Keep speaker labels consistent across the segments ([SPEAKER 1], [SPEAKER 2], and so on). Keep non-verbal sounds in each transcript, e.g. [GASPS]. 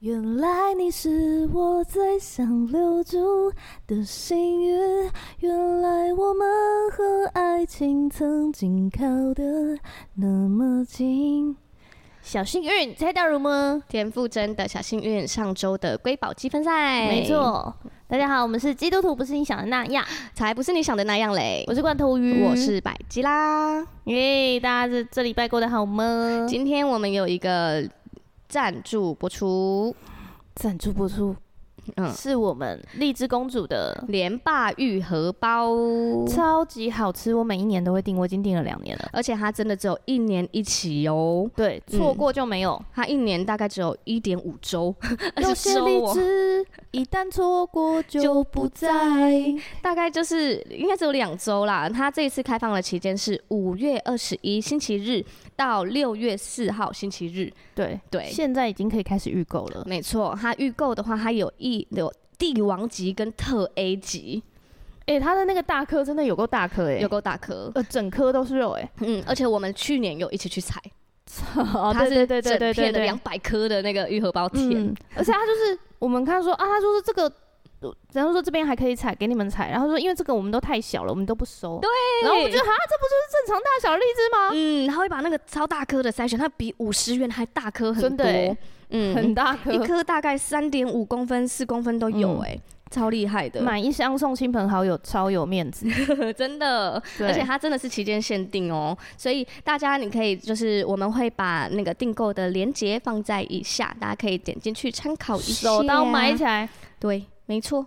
[SPEAKER 1] 原来你是我最想留住的幸运，原来我们和爱情曾经靠得那么近。小幸运，猜到了吗？
[SPEAKER 2] 田馥甄的《小幸运》上周的瑰宝积分赛，
[SPEAKER 1] 没，错。大家好，我们是基督徒，不是你想的那样。
[SPEAKER 2] 才不是你想的那样嘞
[SPEAKER 1] 我。是罐头鱼，
[SPEAKER 2] 我是百吉啦，
[SPEAKER 1] 耶大家这这礼拜过得好吗？
[SPEAKER 2] 今天我们有一个赞助播出，
[SPEAKER 1] 赞助播出，
[SPEAKER 2] 嗯，
[SPEAKER 1] 是我们荔枝公主的
[SPEAKER 2] 连霸玉荷包，
[SPEAKER 1] 超级好吃，我每一年都会订，我已经订了两年了。
[SPEAKER 2] 而且它真的只有一年一期哦，
[SPEAKER 1] 对，
[SPEAKER 2] 嗯
[SPEAKER 1] 错过就没有。
[SPEAKER 2] 它一年大概只有一点五周， [LAUGHS]
[SPEAKER 1] [LAUGHS] 有些
[SPEAKER 2] 周
[SPEAKER 1] 荔
[SPEAKER 2] 哦
[SPEAKER 1] 枝一旦错过就不再。
[SPEAKER 2] 大概就是应该只有两周啦。它这一次开放的期间是五月二十一星期日到六月四号星期日，
[SPEAKER 1] 对
[SPEAKER 2] 对
[SPEAKER 1] 现在已经可以开始预购了。
[SPEAKER 2] 没错，它预购的话，它有一有帝王级跟特 A 级，
[SPEAKER 1] 哎、它的那个大颗真的有够大颗哎、
[SPEAKER 2] 有够大颗。
[SPEAKER 1] 呃整颗都是肉哎、
[SPEAKER 2] 嗯，而且我们去年有一起去采，
[SPEAKER 1] [LAUGHS] 哦
[SPEAKER 2] 它是整片的两百颗的那个愈合包甜，
[SPEAKER 1] 嗯，而且它就是我们看说啊，他说是这个。然后说这边还可以采，给你们采。然后说因为这个我们都太小了，我们都不收。对。然后我们就哈，啊这不就是正常大小荔枝吗？
[SPEAKER 2] 嗯，它会把那个超大颗的筛选，它比五十元还大颗很
[SPEAKER 1] 真的
[SPEAKER 2] 多，
[SPEAKER 1] 欸
[SPEAKER 2] 嗯，
[SPEAKER 1] 很大颗
[SPEAKER 2] 一，颗大概三点五公分、四公分都有、
[SPEAKER 1] 嗯
[SPEAKER 2] 欸，哎、超厉害的，
[SPEAKER 1] 买一箱送亲朋好友，超有面 [LAUGHS] 子。
[SPEAKER 2] [LAUGHS] 真的，
[SPEAKER 1] 对
[SPEAKER 2] 而且它真的是期间限定哦，所以大家你可以就是我们会把那个订购的链接放在以下，大家可以点进去参考一下。
[SPEAKER 1] 手刀买起来。
[SPEAKER 2] 对，没错。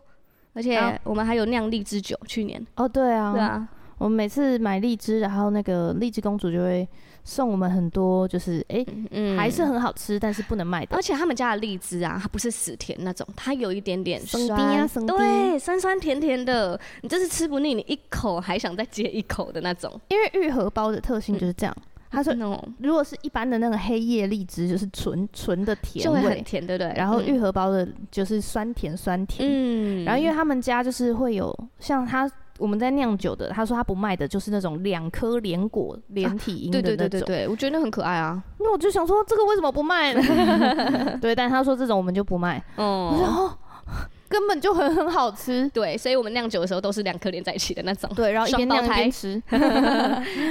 [SPEAKER 2] 而
[SPEAKER 1] 好
[SPEAKER 2] 且我们还有酿荔枝酒，去年。
[SPEAKER 1] 哦，对啊，
[SPEAKER 2] 对啊，
[SPEAKER 1] 我们每次买荔枝，然后那个荔枝公主就会送我们很多，就是哎、诶
[SPEAKER 2] 嗯
[SPEAKER 1] 还是。很好吃，但是不能卖的
[SPEAKER 2] 而。且他们家的荔枝啊，它不是死甜那种，它有一点点
[SPEAKER 1] 酸
[SPEAKER 2] 酸，
[SPEAKER 1] 甜啊酸甜
[SPEAKER 2] 对，酸酸甜甜的，你就是吃不腻，你一口还想再接一口的那种。嗯哦
[SPEAKER 1] 因为玉荷包的特性就是这样，它是
[SPEAKER 2] 那种
[SPEAKER 1] 如果是一般的那个黑夜荔枝，就是纯纯的甜
[SPEAKER 2] 就会很
[SPEAKER 1] 味，
[SPEAKER 2] 甜，对不对？
[SPEAKER 1] 然后
[SPEAKER 2] 嗯
[SPEAKER 1] 玉荷包的就是酸甜酸甜。
[SPEAKER 2] 嗯，
[SPEAKER 1] 然后因为他们家就是会有像他我们在酿酒的，他说他不卖的就是那种两颗连果连体婴的
[SPEAKER 2] 对
[SPEAKER 1] 那种。
[SPEAKER 2] 对对对对，我觉得那很可爱啊。
[SPEAKER 1] 那我就想说这个为什么不卖？ [LAUGHS] 对，但他说这种我们就不卖。我说
[SPEAKER 2] 哦，
[SPEAKER 1] 哦， [LAUGHS] 根本就很很好吃。
[SPEAKER 2] 对，所以我们酿酒的时候都是两颗连在一起的那种。
[SPEAKER 1] 对，然后一边
[SPEAKER 2] 双胞
[SPEAKER 1] 酿一边
[SPEAKER 2] 胎
[SPEAKER 1] 吃。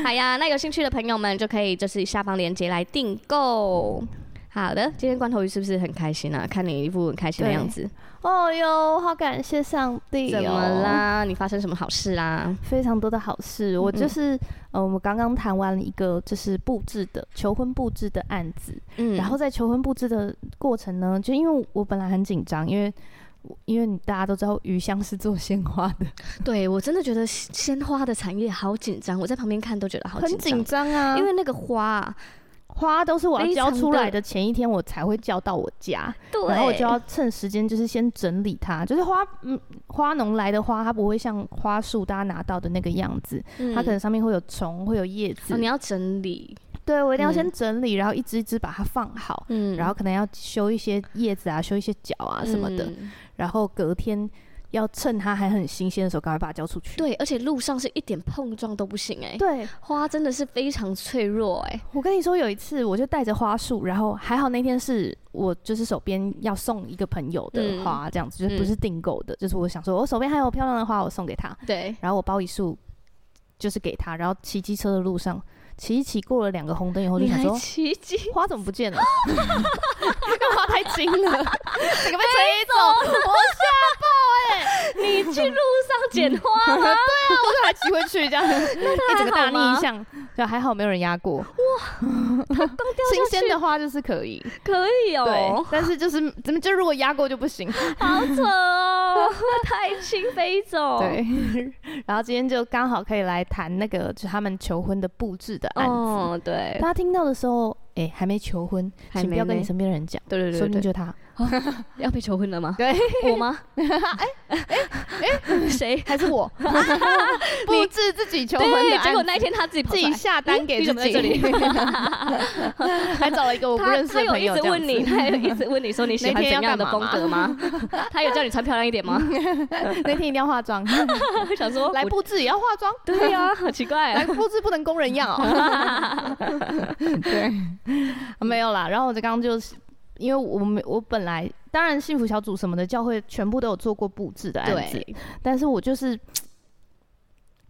[SPEAKER 2] 好呀，那有兴趣的朋友们就可以就是下方链接来订购。好的，今天罐头鱼是不是很开心啊？看你一副很开心的样子，
[SPEAKER 1] 哦哟，好感谢上帝、哦
[SPEAKER 2] 怎么？啦？你发生什么好事啦？
[SPEAKER 1] 非常多的好事，我就
[SPEAKER 2] 嗯
[SPEAKER 1] 是，呃，我们刚刚谈完了一个就是布置的求婚布置的案子，
[SPEAKER 2] 嗯
[SPEAKER 1] 然后在求婚布置的过程呢，就因为我本来很紧张，因为我因为你大家都知道鱼香是做鲜花的，
[SPEAKER 2] 对我真的觉得鲜花的产业好紧张，我在旁边看都觉得好
[SPEAKER 1] 很紧
[SPEAKER 2] 紧
[SPEAKER 1] 张啊，
[SPEAKER 2] 张，因为那个花啊，
[SPEAKER 1] 花都是我要
[SPEAKER 2] 非
[SPEAKER 1] 交
[SPEAKER 2] 常
[SPEAKER 1] 出来
[SPEAKER 2] 的
[SPEAKER 1] 的前一天我才会交到我家，
[SPEAKER 2] 对，
[SPEAKER 1] 然后我就要趁时间，就是先整理它，就是花，嗯，花农来的花，它不会像花束大家拿到的那个样子，
[SPEAKER 2] 嗯
[SPEAKER 1] 它可能上面会有虫，会有叶子。
[SPEAKER 2] 哦你要整理，
[SPEAKER 1] 对，我一定要先
[SPEAKER 2] 嗯
[SPEAKER 1] 整理，然后一只一只把它放好，
[SPEAKER 2] 嗯
[SPEAKER 1] 然后可能要修一些叶子啊，修一些角啊什么的，
[SPEAKER 2] 嗯
[SPEAKER 1] 然后隔天要趁它还很新鲜的时候，赶快把它交出去。
[SPEAKER 2] 对，而且路上是一点碰撞都不行哎、
[SPEAKER 1] 对，
[SPEAKER 2] 花真的是非常脆弱哎、
[SPEAKER 1] 我跟你说，有一次我就带着花束，然后还好那天是我就是手边要送一个朋友的
[SPEAKER 2] 嗯
[SPEAKER 1] 花，这样子、就是不
[SPEAKER 2] 嗯
[SPEAKER 1] 是订购的，就是我想说哦我手边还有漂亮的花，我送给他。
[SPEAKER 2] 对，
[SPEAKER 1] 然后我包一束就是给他，然后骑机车的路上骑一骑，过了两个红灯以后，就
[SPEAKER 2] 你
[SPEAKER 1] 想
[SPEAKER 2] 还
[SPEAKER 1] 说
[SPEAKER 2] 奇迹
[SPEAKER 1] 花怎么不见
[SPEAKER 2] [LAUGHS]
[SPEAKER 1] 了？因为花太轻了，整个被吹走，我吓爆哎、
[SPEAKER 2] 你去路上捡花
[SPEAKER 1] [LAUGHS]
[SPEAKER 2] 吗？
[SPEAKER 1] 我就还骑回去这样，一整个大
[SPEAKER 2] 还好吗
[SPEAKER 1] 逆向，就还好没有人压过。哇，新鲜的花就是可以，
[SPEAKER 2] 可以
[SPEAKER 1] 对
[SPEAKER 2] 哦，，
[SPEAKER 1] 但是就是怎么就如果压过就不行。
[SPEAKER 2] 好扯哦，太轻飞走。，
[SPEAKER 1] 对， [LAUGHS] 然后今天就刚好可以来谈那个，就是他们求婚的布置的案子。
[SPEAKER 2] 哦，对，
[SPEAKER 1] 大家听到的时候，哎、还没求婚，
[SPEAKER 2] 还
[SPEAKER 1] 请不要
[SPEAKER 2] 没
[SPEAKER 1] 跟你
[SPEAKER 2] 呢
[SPEAKER 1] 身边的人讲，
[SPEAKER 2] 对
[SPEAKER 1] 说
[SPEAKER 2] 对
[SPEAKER 1] 不定
[SPEAKER 2] 对对，
[SPEAKER 1] 就他，
[SPEAKER 2] 要被求婚了吗？
[SPEAKER 1] 对，
[SPEAKER 2] 我
[SPEAKER 1] [LAUGHS]
[SPEAKER 2] 吗？哎哎哎， [LAUGHS] 谁？
[SPEAKER 1] 还是 [LAUGHS] 我布置自己求婚的
[SPEAKER 2] 对，
[SPEAKER 1] 案子，
[SPEAKER 2] 结果那一天他自己跑
[SPEAKER 1] 自
[SPEAKER 2] 出
[SPEAKER 1] 己
[SPEAKER 2] 来。
[SPEAKER 1] 下单给
[SPEAKER 2] 你
[SPEAKER 1] 自
[SPEAKER 2] 怎么在
[SPEAKER 1] 己，
[SPEAKER 2] 这里
[SPEAKER 1] [LAUGHS] 还找了一个我不
[SPEAKER 2] 他
[SPEAKER 1] 认识
[SPEAKER 2] 他
[SPEAKER 1] 的
[SPEAKER 2] 有
[SPEAKER 1] 朋
[SPEAKER 2] 一
[SPEAKER 1] 友，
[SPEAKER 2] 直
[SPEAKER 1] 这样
[SPEAKER 2] 问
[SPEAKER 1] 子
[SPEAKER 2] 你，
[SPEAKER 1] [LAUGHS]
[SPEAKER 2] 他有一直问你说你喜欢
[SPEAKER 1] 那
[SPEAKER 2] 怎
[SPEAKER 1] 天要
[SPEAKER 2] 样的
[SPEAKER 1] 干
[SPEAKER 2] 风
[SPEAKER 1] 嘛
[SPEAKER 2] 格吗？
[SPEAKER 1] [LAUGHS]
[SPEAKER 2] 他有叫你穿漂亮一点吗？
[SPEAKER 1] 那天一定要化 [LAUGHS] 妆，
[SPEAKER 2] 我想说
[SPEAKER 1] 来
[SPEAKER 2] 我
[SPEAKER 1] 布置也要化 [LAUGHS] 妆，
[SPEAKER 2] 对呀，好奇
[SPEAKER 1] 来
[SPEAKER 2] 怪。啊
[SPEAKER 1] 布置不能 [LAUGHS] 工人样哦。对，没有啦。然后我就刚刚就是因为我们我本来当然幸福小组什么的教会全部都有做过布置的案子，
[SPEAKER 2] 对
[SPEAKER 1] 但是我就是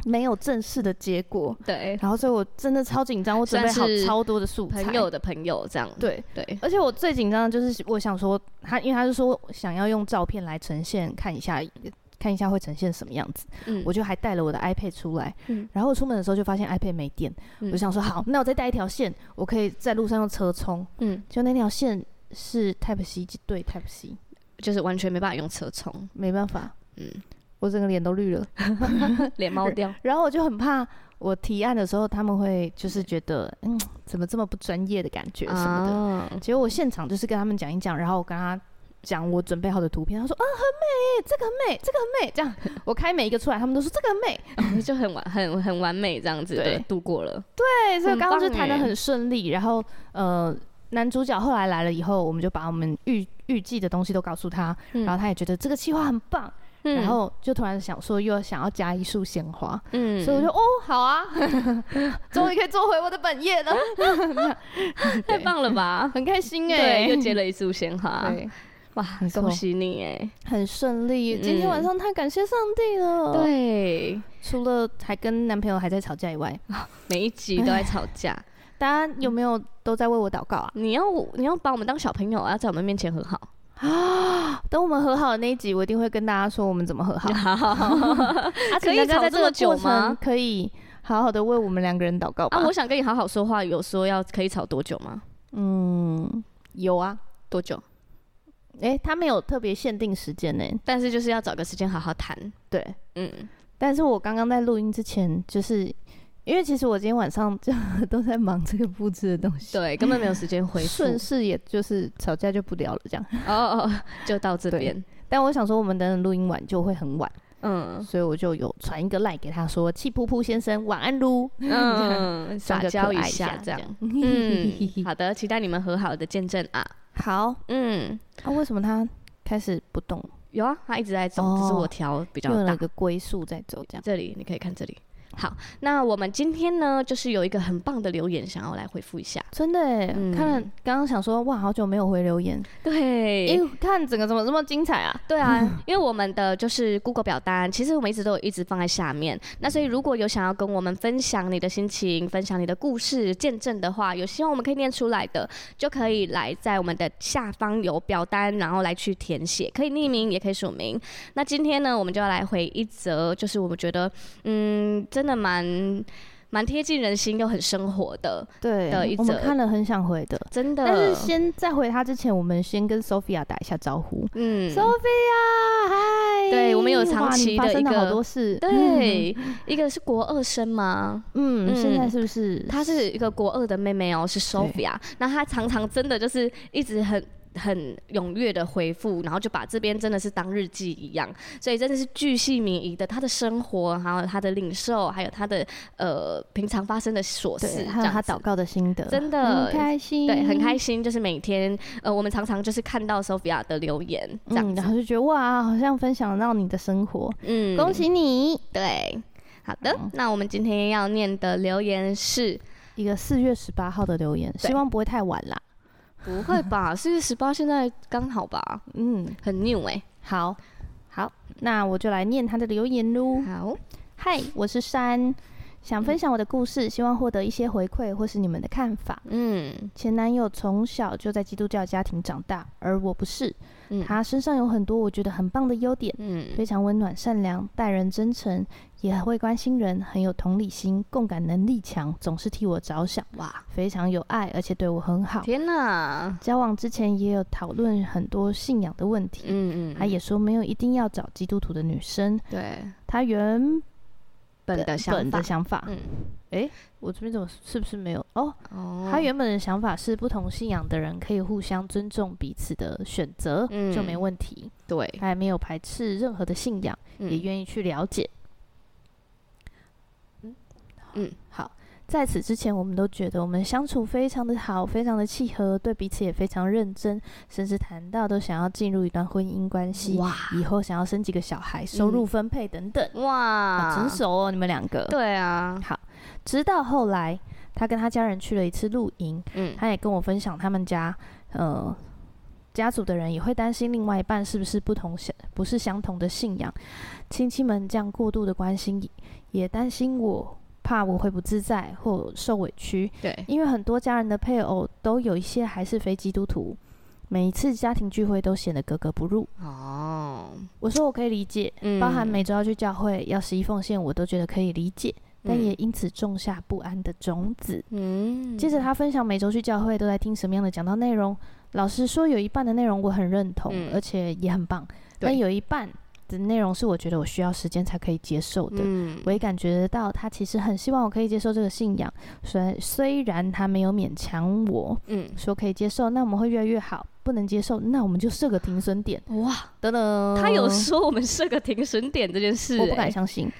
[SPEAKER 1] 没有正式的结果，
[SPEAKER 2] 对，
[SPEAKER 1] 然后所以我真的超紧张，我准备好
[SPEAKER 2] 算是
[SPEAKER 1] 超多的素材。
[SPEAKER 2] 朋友的朋友这样，
[SPEAKER 1] 对，
[SPEAKER 2] 对
[SPEAKER 1] 而且我最紧张的就是我想说他，因为他是说想要用照片来呈现，看一下看一下会呈现什么样子，
[SPEAKER 2] 嗯
[SPEAKER 1] 我就还带了我的 iPad 出来，
[SPEAKER 2] 嗯
[SPEAKER 1] 然后我出门的时候就发现 iPad 没电，
[SPEAKER 2] 嗯
[SPEAKER 1] 我就想说好，那我再带一条线，我可以在路上用车充，
[SPEAKER 2] 嗯，
[SPEAKER 1] 就那条线是 Type C 对 Type C，
[SPEAKER 2] 就是完全没办法用车充，
[SPEAKER 1] 没办法，
[SPEAKER 2] 嗯，
[SPEAKER 1] 我整个脸都绿了，
[SPEAKER 2] [LAUGHS] 脸猫掉，
[SPEAKER 1] 然后我就很怕。我提案的时候，他们会就是觉得，嗯，怎么这么不专业的感觉什么的，
[SPEAKER 2] 啊，
[SPEAKER 1] 结果我现场就是跟他们讲一讲，然后我跟他讲我准备好的图片，他说啊很美，这个很美，这个很美，这样我开每一个出来，他们都说这个很美，
[SPEAKER 2] [LAUGHS] 就很完很很完美这样子
[SPEAKER 1] 对
[SPEAKER 2] 的度过了，
[SPEAKER 1] [LAUGHS] 对，所以
[SPEAKER 2] 很
[SPEAKER 1] 刚刚就
[SPEAKER 2] 棒
[SPEAKER 1] 谈的
[SPEAKER 2] 欸
[SPEAKER 1] 很顺利。然后呃，男主角后来来了以后，我们就把我们预预计的东西都告诉他，
[SPEAKER 2] 嗯
[SPEAKER 1] 然后他也觉得这个计划很棒，
[SPEAKER 2] 嗯
[SPEAKER 1] 然后就突然想说又想要加一束鲜花，
[SPEAKER 2] 嗯
[SPEAKER 1] 所
[SPEAKER 2] [LAUGHS]
[SPEAKER 1] 以我就哦好啊， [LAUGHS] 终于可以做回我的本
[SPEAKER 2] [LAUGHS]
[SPEAKER 1] 业了，
[SPEAKER 2] 太哎棒了吧？
[SPEAKER 1] 很开心哎、
[SPEAKER 2] 对，又接了一束鲜花，
[SPEAKER 1] 对，
[SPEAKER 2] 哇
[SPEAKER 1] 没，错
[SPEAKER 2] 恭喜你哎！
[SPEAKER 1] 很顺利。今天晚
[SPEAKER 2] 嗯
[SPEAKER 1] 上太感谢上帝了。
[SPEAKER 2] 对，
[SPEAKER 1] 除了还跟男朋友还在吵架以外，
[SPEAKER 2] 每一集都在吵架，
[SPEAKER 1] 大家有没有都在为我祷告啊？
[SPEAKER 2] 你要你要把我们当小朋友，啊要在我们面前和好， [LAUGHS]
[SPEAKER 1] 等我们和好的那一集，我一定会跟大家说我们怎么和
[SPEAKER 2] [LAUGHS]
[SPEAKER 1] 好。啊，
[SPEAKER 2] 可以
[SPEAKER 1] 请大家
[SPEAKER 2] 吵
[SPEAKER 1] 在
[SPEAKER 2] 这
[SPEAKER 1] 个
[SPEAKER 2] 么久
[SPEAKER 1] 过程
[SPEAKER 2] 吗
[SPEAKER 1] 可以好好的为我们两个人祷告吧。
[SPEAKER 2] 啊，我想跟你好好说话，有说要可以吵多久吗？
[SPEAKER 1] 嗯，有啊，
[SPEAKER 2] 多久？
[SPEAKER 1] 诶，他没有特别限定时间呢、
[SPEAKER 2] 但是就是要找个时间好好谈。
[SPEAKER 1] 对，
[SPEAKER 2] 嗯，
[SPEAKER 1] 但是我刚刚在录音之前，就是因为其实我今天晚上就 [LAUGHS] 都在忙这个布置的东西，
[SPEAKER 2] 对，根本没有时间回复。 [LAUGHS]
[SPEAKER 1] 顺势也就是吵架就不聊了这样。
[SPEAKER 2] 哦哦，哦就到这边。
[SPEAKER 1] 但我想说，我们等等录音完就会很晚。
[SPEAKER 2] 嗯
[SPEAKER 1] 所以我就有传一个赖给他说：“气噗噗先生，晚安噜。
[SPEAKER 2] [LAUGHS] 嗯，
[SPEAKER 1] 装
[SPEAKER 2] 撒
[SPEAKER 1] 个可
[SPEAKER 2] 娇一
[SPEAKER 1] 爱一
[SPEAKER 2] 下
[SPEAKER 1] 下
[SPEAKER 2] 这样。 [LAUGHS] 嗯，好的，期待你们和好的见证啊。”
[SPEAKER 1] 好，
[SPEAKER 2] 嗯，
[SPEAKER 1] 啊，为什么他开始不动，
[SPEAKER 2] 有啊，他一直在
[SPEAKER 1] 哦
[SPEAKER 2] 走，只是我调比较
[SPEAKER 1] 用了
[SPEAKER 2] 大
[SPEAKER 1] 一。个龟速在走？这样
[SPEAKER 2] 这里你可以看这里。好，那我们今天呢，就是有一个很棒的留言，想要来回复一下。
[SPEAKER 1] 真的耶、
[SPEAKER 2] 嗯
[SPEAKER 1] 看了刚刚想说，哇，好久没有回留言，
[SPEAKER 2] 对
[SPEAKER 1] 哎、看整个怎么这么精彩啊？
[SPEAKER 2] 对啊，因为我们的就是 Google 表单，其实我们一直都有一直放在下面。那所以如果有想要跟我们分享你的心情、分享你的故事、见证的话，有希望我们可以念出来的，就可以来在我们的下方有表单，然后来去填写，可以匿名也可以署名。那今天呢，我们就要来回一则，就是我们觉得嗯，真的蛮蛮贴近人心又很生活的，
[SPEAKER 1] 对
[SPEAKER 2] 的一
[SPEAKER 1] 我们
[SPEAKER 2] 则
[SPEAKER 1] 看了很想回的，嗯
[SPEAKER 2] 真的。
[SPEAKER 1] 但是先在回他之前，我们先跟 Sophia 打一下招呼。
[SPEAKER 2] 嗯
[SPEAKER 1] Sophia，嗨，
[SPEAKER 2] 对我们有长
[SPEAKER 1] 哇你
[SPEAKER 2] 期
[SPEAKER 1] 发
[SPEAKER 2] 的
[SPEAKER 1] 生
[SPEAKER 2] 一
[SPEAKER 1] 了
[SPEAKER 2] 个
[SPEAKER 1] 好多事，
[SPEAKER 2] 对，嗯一个是国二生吗？
[SPEAKER 1] 嗯，
[SPEAKER 2] 嗯
[SPEAKER 1] 现在是不是？
[SPEAKER 2] 她是一个国二的妹妹哦，是 Sophia。那她常常真的就是一直很。很踊跃的回复，然后就把这边真的是当日记一样，所以真的是巨细靡遗的她的生活，还有她的领受，还有她的呃平常发生的琐事，
[SPEAKER 1] 对，还
[SPEAKER 2] 这
[SPEAKER 1] 有
[SPEAKER 2] 样
[SPEAKER 1] 他
[SPEAKER 2] 子
[SPEAKER 1] 祷告的心得，
[SPEAKER 2] 真的
[SPEAKER 1] 很开心，
[SPEAKER 2] 对很开心，就是每天呃我们常常就是看到 Sophia 的留言这样
[SPEAKER 1] 嗯，
[SPEAKER 2] 子
[SPEAKER 1] 然，后就觉得哇，好像分享到你的生活，
[SPEAKER 2] 嗯
[SPEAKER 1] 恭喜你！
[SPEAKER 2] 对，好的，那我们今天要念的留言是，
[SPEAKER 1] 一个四月十八号的留言，
[SPEAKER 2] 对
[SPEAKER 1] 希望不会太晚啦。
[SPEAKER 2] 不会吧？四月十八现在刚好吧，
[SPEAKER 1] 嗯，
[SPEAKER 2] 很 new 哎、
[SPEAKER 1] 好，好，那我就来念他的留言喽。
[SPEAKER 2] 好，
[SPEAKER 1] 嗨，我是
[SPEAKER 2] 嗯
[SPEAKER 1] 珊，想分享我的故事，希望获得一些回馈或是你们的看法。
[SPEAKER 2] 嗯
[SPEAKER 1] 前男友从小就在基督教家庭长大，而我不是。
[SPEAKER 2] 嗯
[SPEAKER 1] 他身上有很多我觉得很棒的优点，
[SPEAKER 2] 嗯。
[SPEAKER 1] 非常温暖、善良，待人真诚，也会关心人，很有同理心，共感能力强，总是替我着想，
[SPEAKER 2] 哇，
[SPEAKER 1] 非常有爱，而且对我很好。
[SPEAKER 2] 天哪！
[SPEAKER 1] 交往之前也有讨论很多信仰的问题，
[SPEAKER 2] 嗯嗯，
[SPEAKER 1] 他也说没有一定要找基督徒的女生，
[SPEAKER 2] 对
[SPEAKER 1] 他原
[SPEAKER 2] 本的想
[SPEAKER 1] 本
[SPEAKER 2] 法
[SPEAKER 1] 的，想法，
[SPEAKER 2] 嗯
[SPEAKER 1] 诶，我这边怎么是不是没有？哦，
[SPEAKER 2] 哦
[SPEAKER 1] 他原本的想法是不同信仰的人可以互相尊重彼此的选择，
[SPEAKER 2] 嗯
[SPEAKER 1] 就没问题，
[SPEAKER 2] 对，
[SPEAKER 1] 他也没有排斥任何的信仰。也
[SPEAKER 2] 嗯
[SPEAKER 1] 愿意去了解。嗯
[SPEAKER 2] 嗯
[SPEAKER 1] 好。在此之前，我们都觉得我们相处非常的好，非常的契合，对彼此也非常认真，甚至谈到都想要进入一段婚姻关系，
[SPEAKER 2] 哇
[SPEAKER 1] 以后想要生几个小孩，收入分配等等。好
[SPEAKER 2] 哇，
[SPEAKER 1] 成熟哦，你们两个。
[SPEAKER 2] 啊对啊，
[SPEAKER 1] 直到后来，他跟他家人去了一次露营，
[SPEAKER 2] 嗯
[SPEAKER 1] 他也跟我分享他们家，呃，家族的人也会担心另外一半是不是不同相不是相同的信仰，亲戚们这样过度的关心也也担心我。怕我会不自在或受委屈，
[SPEAKER 2] 对，
[SPEAKER 1] 因为很多家人的配偶都有一些还是非基督徒，每一次家庭聚会都显得格格不入。
[SPEAKER 2] 哦，
[SPEAKER 1] 我说我可以理解，
[SPEAKER 2] 嗯
[SPEAKER 1] 包含每周要去教会、要十一奉献，我都觉得可以理解，但也因此种下不安的种子。
[SPEAKER 2] 嗯，
[SPEAKER 1] 接着他分享每周去教会都在听什么样的讲道内容，老实说，有一半的内容我很认同，
[SPEAKER 2] 嗯
[SPEAKER 1] 而且也很棒，
[SPEAKER 2] 对
[SPEAKER 1] 但有一半的内容是我觉得我需要时间才可以接受的。
[SPEAKER 2] 嗯
[SPEAKER 1] 我也感觉得到，他其实很希望我可以接受这个信仰，虽虽然他没有勉强我
[SPEAKER 2] 嗯，
[SPEAKER 1] 说可以接受，那我们会越来越好；不能接受，那我们就设个停损点。
[SPEAKER 2] 哇，
[SPEAKER 1] 等等，
[SPEAKER 2] 他有说我们设个停损点这件事、
[SPEAKER 1] 嗯我不
[SPEAKER 2] 哎
[SPEAKER 1] 敢相
[SPEAKER 2] [LAUGHS]
[SPEAKER 1] 信。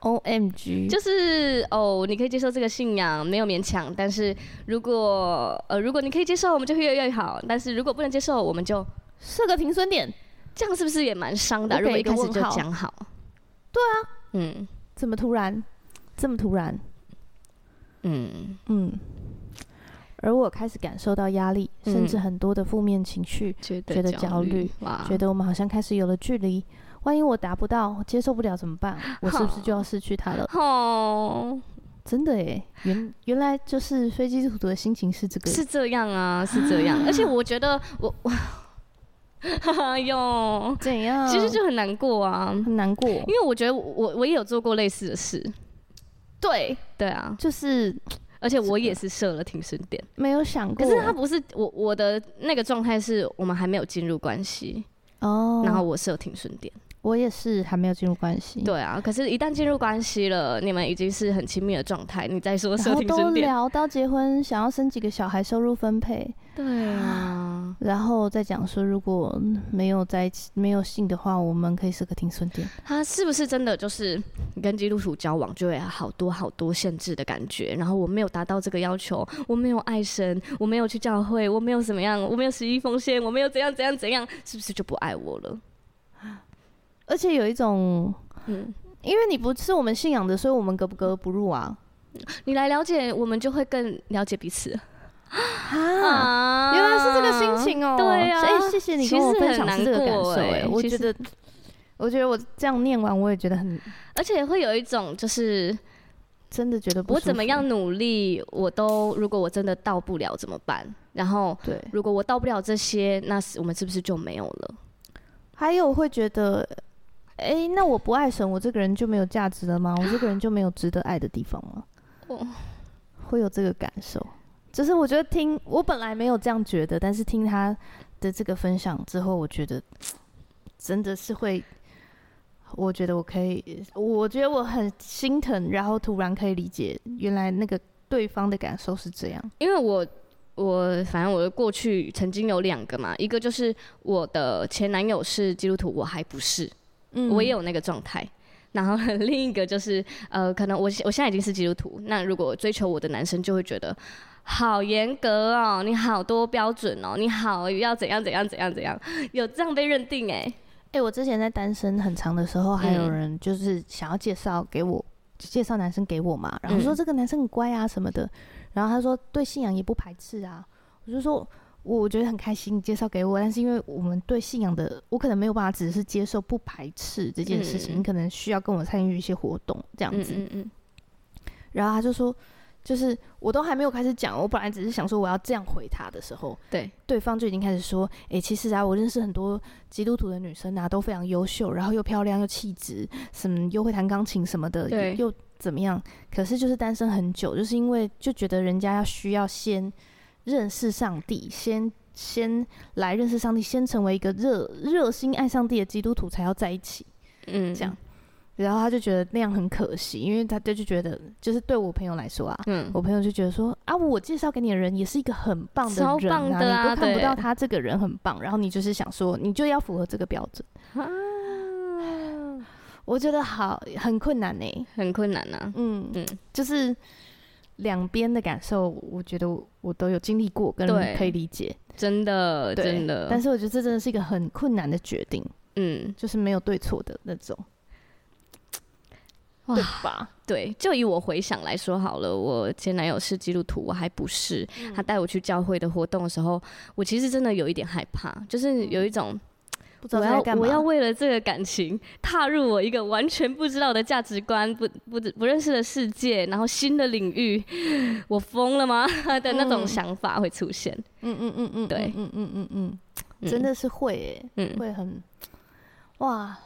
[SPEAKER 1] O M G，
[SPEAKER 2] 啊就是哦，你可以接受这个信仰，没有勉强。但是如果呃，如果你可以接受，我们就会越来越好；但是如果不能接受，我们就
[SPEAKER 1] 设个停损点，
[SPEAKER 2] 这样，是不是也蛮伤的啊、
[SPEAKER 1] 我
[SPEAKER 2] 如果
[SPEAKER 1] 给
[SPEAKER 2] 一
[SPEAKER 1] 一个
[SPEAKER 2] 开始就
[SPEAKER 1] 问号
[SPEAKER 2] 讲好，对啊，嗯
[SPEAKER 1] 怎么突然？这么突然？
[SPEAKER 2] 嗯，
[SPEAKER 1] 嗯。而我开始感受到压力，
[SPEAKER 2] 嗯
[SPEAKER 1] 甚至很多的负面情绪，
[SPEAKER 2] 觉得
[SPEAKER 1] 觉得
[SPEAKER 2] 焦
[SPEAKER 1] 焦虑
[SPEAKER 2] 哇，
[SPEAKER 1] 觉得我们好像开始有了距离。万一我达不到，接受不了怎么
[SPEAKER 2] [LAUGHS]
[SPEAKER 1] 办？我是不是就要失去他了？
[SPEAKER 2] 哦，
[SPEAKER 1] 真的耶，原原来就是飞机图图的心情是这个，
[SPEAKER 2] 是这样啊，是这
[SPEAKER 1] [LAUGHS]
[SPEAKER 2] 样。而且我觉得我 [LAUGHS] 我，哎呦，
[SPEAKER 1] 怎样？
[SPEAKER 2] 其实就很难过啊，
[SPEAKER 1] 很难过，
[SPEAKER 2] 因为我觉得我我我也有做过类似的事，
[SPEAKER 1] 对，
[SPEAKER 2] 对啊，
[SPEAKER 1] 就是
[SPEAKER 2] 而且我
[SPEAKER 1] 是的哦
[SPEAKER 2] 也是设了停损点。
[SPEAKER 1] 没有想
[SPEAKER 2] 可
[SPEAKER 1] 过。
[SPEAKER 2] 是他不是我我的那个状态是我们还没有进入关系，
[SPEAKER 1] 哦，
[SPEAKER 2] 然后我设停损点。
[SPEAKER 1] 我也是还没有进入关系，，
[SPEAKER 2] 对啊，可是，一旦进入关系了，你们已经是很亲密的状态，你再说
[SPEAKER 1] 然
[SPEAKER 2] 设
[SPEAKER 1] 后
[SPEAKER 2] 停
[SPEAKER 1] 都
[SPEAKER 2] 损点，
[SPEAKER 1] 聊到结婚，想要生几个小孩，收入分配，
[SPEAKER 2] 对啊，
[SPEAKER 1] 然后再讲说如果没有在一起，没有性的话，我们可以设个停损点。
[SPEAKER 2] 他是不是真的就是你跟基督徒交往就会好多好多限制的感觉？然后我没有达到这个要求，我没有爱神，我没有去教会，我没有怎么样，我没有十一奉献，我没有怎样怎样怎样，是不是就不爱我了？
[SPEAKER 1] 而且有一种，
[SPEAKER 2] 嗯，
[SPEAKER 1] 因为你不是我们信仰的，所以我们格不格不入啊
[SPEAKER 2] 你来了解，我们就会更了解彼此。
[SPEAKER 1] 啊！
[SPEAKER 2] 啊
[SPEAKER 1] 原来是这个心。情哦、
[SPEAKER 2] 对啊
[SPEAKER 1] 哎、谢谢你跟我
[SPEAKER 2] 其实
[SPEAKER 1] 分
[SPEAKER 2] 很
[SPEAKER 1] 享
[SPEAKER 2] 难
[SPEAKER 1] 是这个感受、
[SPEAKER 2] 过哎
[SPEAKER 1] 哎，我
[SPEAKER 2] 其
[SPEAKER 1] 觉
[SPEAKER 2] 实
[SPEAKER 1] 得，我觉得我这样念完，我也觉得很，
[SPEAKER 2] 而且会有一种就是
[SPEAKER 1] 真的觉得不
[SPEAKER 2] 我
[SPEAKER 1] 舒
[SPEAKER 2] 怎么
[SPEAKER 1] 服？
[SPEAKER 2] 样努力，我都如果我真的到不了怎么办？然后
[SPEAKER 1] 对，
[SPEAKER 2] 如果我到不了这些，那是我们是不是就没有了？
[SPEAKER 1] 还有会觉得，哎、那我不爱神，我这个人就没有价值了吗？我这个人就没有值得爱的地方吗？
[SPEAKER 2] 哦
[SPEAKER 1] 会有这个感受，就是我觉得听我本来没有这样觉得，但是听他的这个分享之后，我觉得真的是会，我觉得我可以，我觉得我很心疼，然后突然可以理解原来那个对方的感受是这样。
[SPEAKER 2] 因为我我反正我的过去曾经有两个嘛，一个就是我的前男友是基督徒，我还不是，
[SPEAKER 1] 嗯
[SPEAKER 2] 我也有那个状态。然后 [LAUGHS] 另一个就是，呃，可能我现我现在已经是基督徒，那如果追求我的男生就会觉得好严格哦，你好多标准哦，你好要怎样怎样怎样怎样，有这样被认定哎、
[SPEAKER 1] 哎、我之前在单身很长的时候，还有
[SPEAKER 2] 嗯
[SPEAKER 1] 人就是想要介绍给我，介绍男生给我嘛，然后说
[SPEAKER 2] 嗯
[SPEAKER 1] 这个男生很乖啊什么的，然后他说对信仰也不排斥啊，我就说我觉得很开心你介绍给我，但是因为我们对信仰的，我可能没有办法只是接受不排斥这件事情，
[SPEAKER 2] 嗯
[SPEAKER 1] 你可能需要跟我参与一些活动这样
[SPEAKER 2] 嗯
[SPEAKER 1] 子，
[SPEAKER 2] 嗯嗯，
[SPEAKER 1] 然后他就说。就是我都还没有开始讲，我本来只是想说我要这样回他的时候，
[SPEAKER 2] 对，
[SPEAKER 1] 对方就已经开始说，诶，其实啊，我认识很多基督徒的女生啊，都非常优秀，然后又漂亮又气质，什么又会弹钢琴什么的，
[SPEAKER 2] 对
[SPEAKER 1] 又又怎么样？可是就是单身很久，就是因为就觉得人家要需要先认识上帝，先先来认识上帝，先成为一个热热心爱上帝的基督徒才要在一起。
[SPEAKER 2] 嗯，
[SPEAKER 1] 这样，然后他就觉得那样很可惜，因为他就就觉得，就是对我朋友来说啊，
[SPEAKER 2] 嗯，
[SPEAKER 1] 我朋友就觉得说啊，我介绍给你的人也是一个很棒的人、啊，
[SPEAKER 2] 超棒的啊
[SPEAKER 1] 你都看不
[SPEAKER 2] 对
[SPEAKER 1] 到他这个人很棒，然后你就是想说，你就要符合这个标准。
[SPEAKER 2] 啊
[SPEAKER 1] 我觉得好很困难呢、
[SPEAKER 2] 很困难呐、
[SPEAKER 1] 嗯
[SPEAKER 2] 嗯
[SPEAKER 1] 嗯，就是两边的感受，我觉得我我都有经历过，跟
[SPEAKER 2] 对
[SPEAKER 1] 可以理解，
[SPEAKER 2] 真的
[SPEAKER 1] 对
[SPEAKER 2] 真的，
[SPEAKER 1] 但是我觉得这真的是一个很困难的决定，
[SPEAKER 2] 嗯，
[SPEAKER 1] 就是没有对错的那种。
[SPEAKER 2] 哇
[SPEAKER 3] 对吧？
[SPEAKER 2] 对，就以我回想来说好了，我前男友是基督徒，我还不是。
[SPEAKER 1] 嗯
[SPEAKER 2] 他带我去教会的活动的时候，我其实真的有一点害怕，就是有一种
[SPEAKER 1] 嗯不知道
[SPEAKER 2] 我
[SPEAKER 1] 在
[SPEAKER 2] 要
[SPEAKER 1] 干嘛。嗯
[SPEAKER 2] 我要为了这个感情踏入我一个完全不知道的价值观、不不不认识的世界，然后新的领域，我疯了吗 [LAUGHS] 的那种
[SPEAKER 1] 嗯
[SPEAKER 2] 想法会出现。
[SPEAKER 1] 嗯嗯嗯嗯，
[SPEAKER 2] 对
[SPEAKER 1] 嗯嗯嗯嗯嗯，
[SPEAKER 2] 嗯
[SPEAKER 1] 真，的是会诶、
[SPEAKER 2] 嗯，
[SPEAKER 1] 会很哇，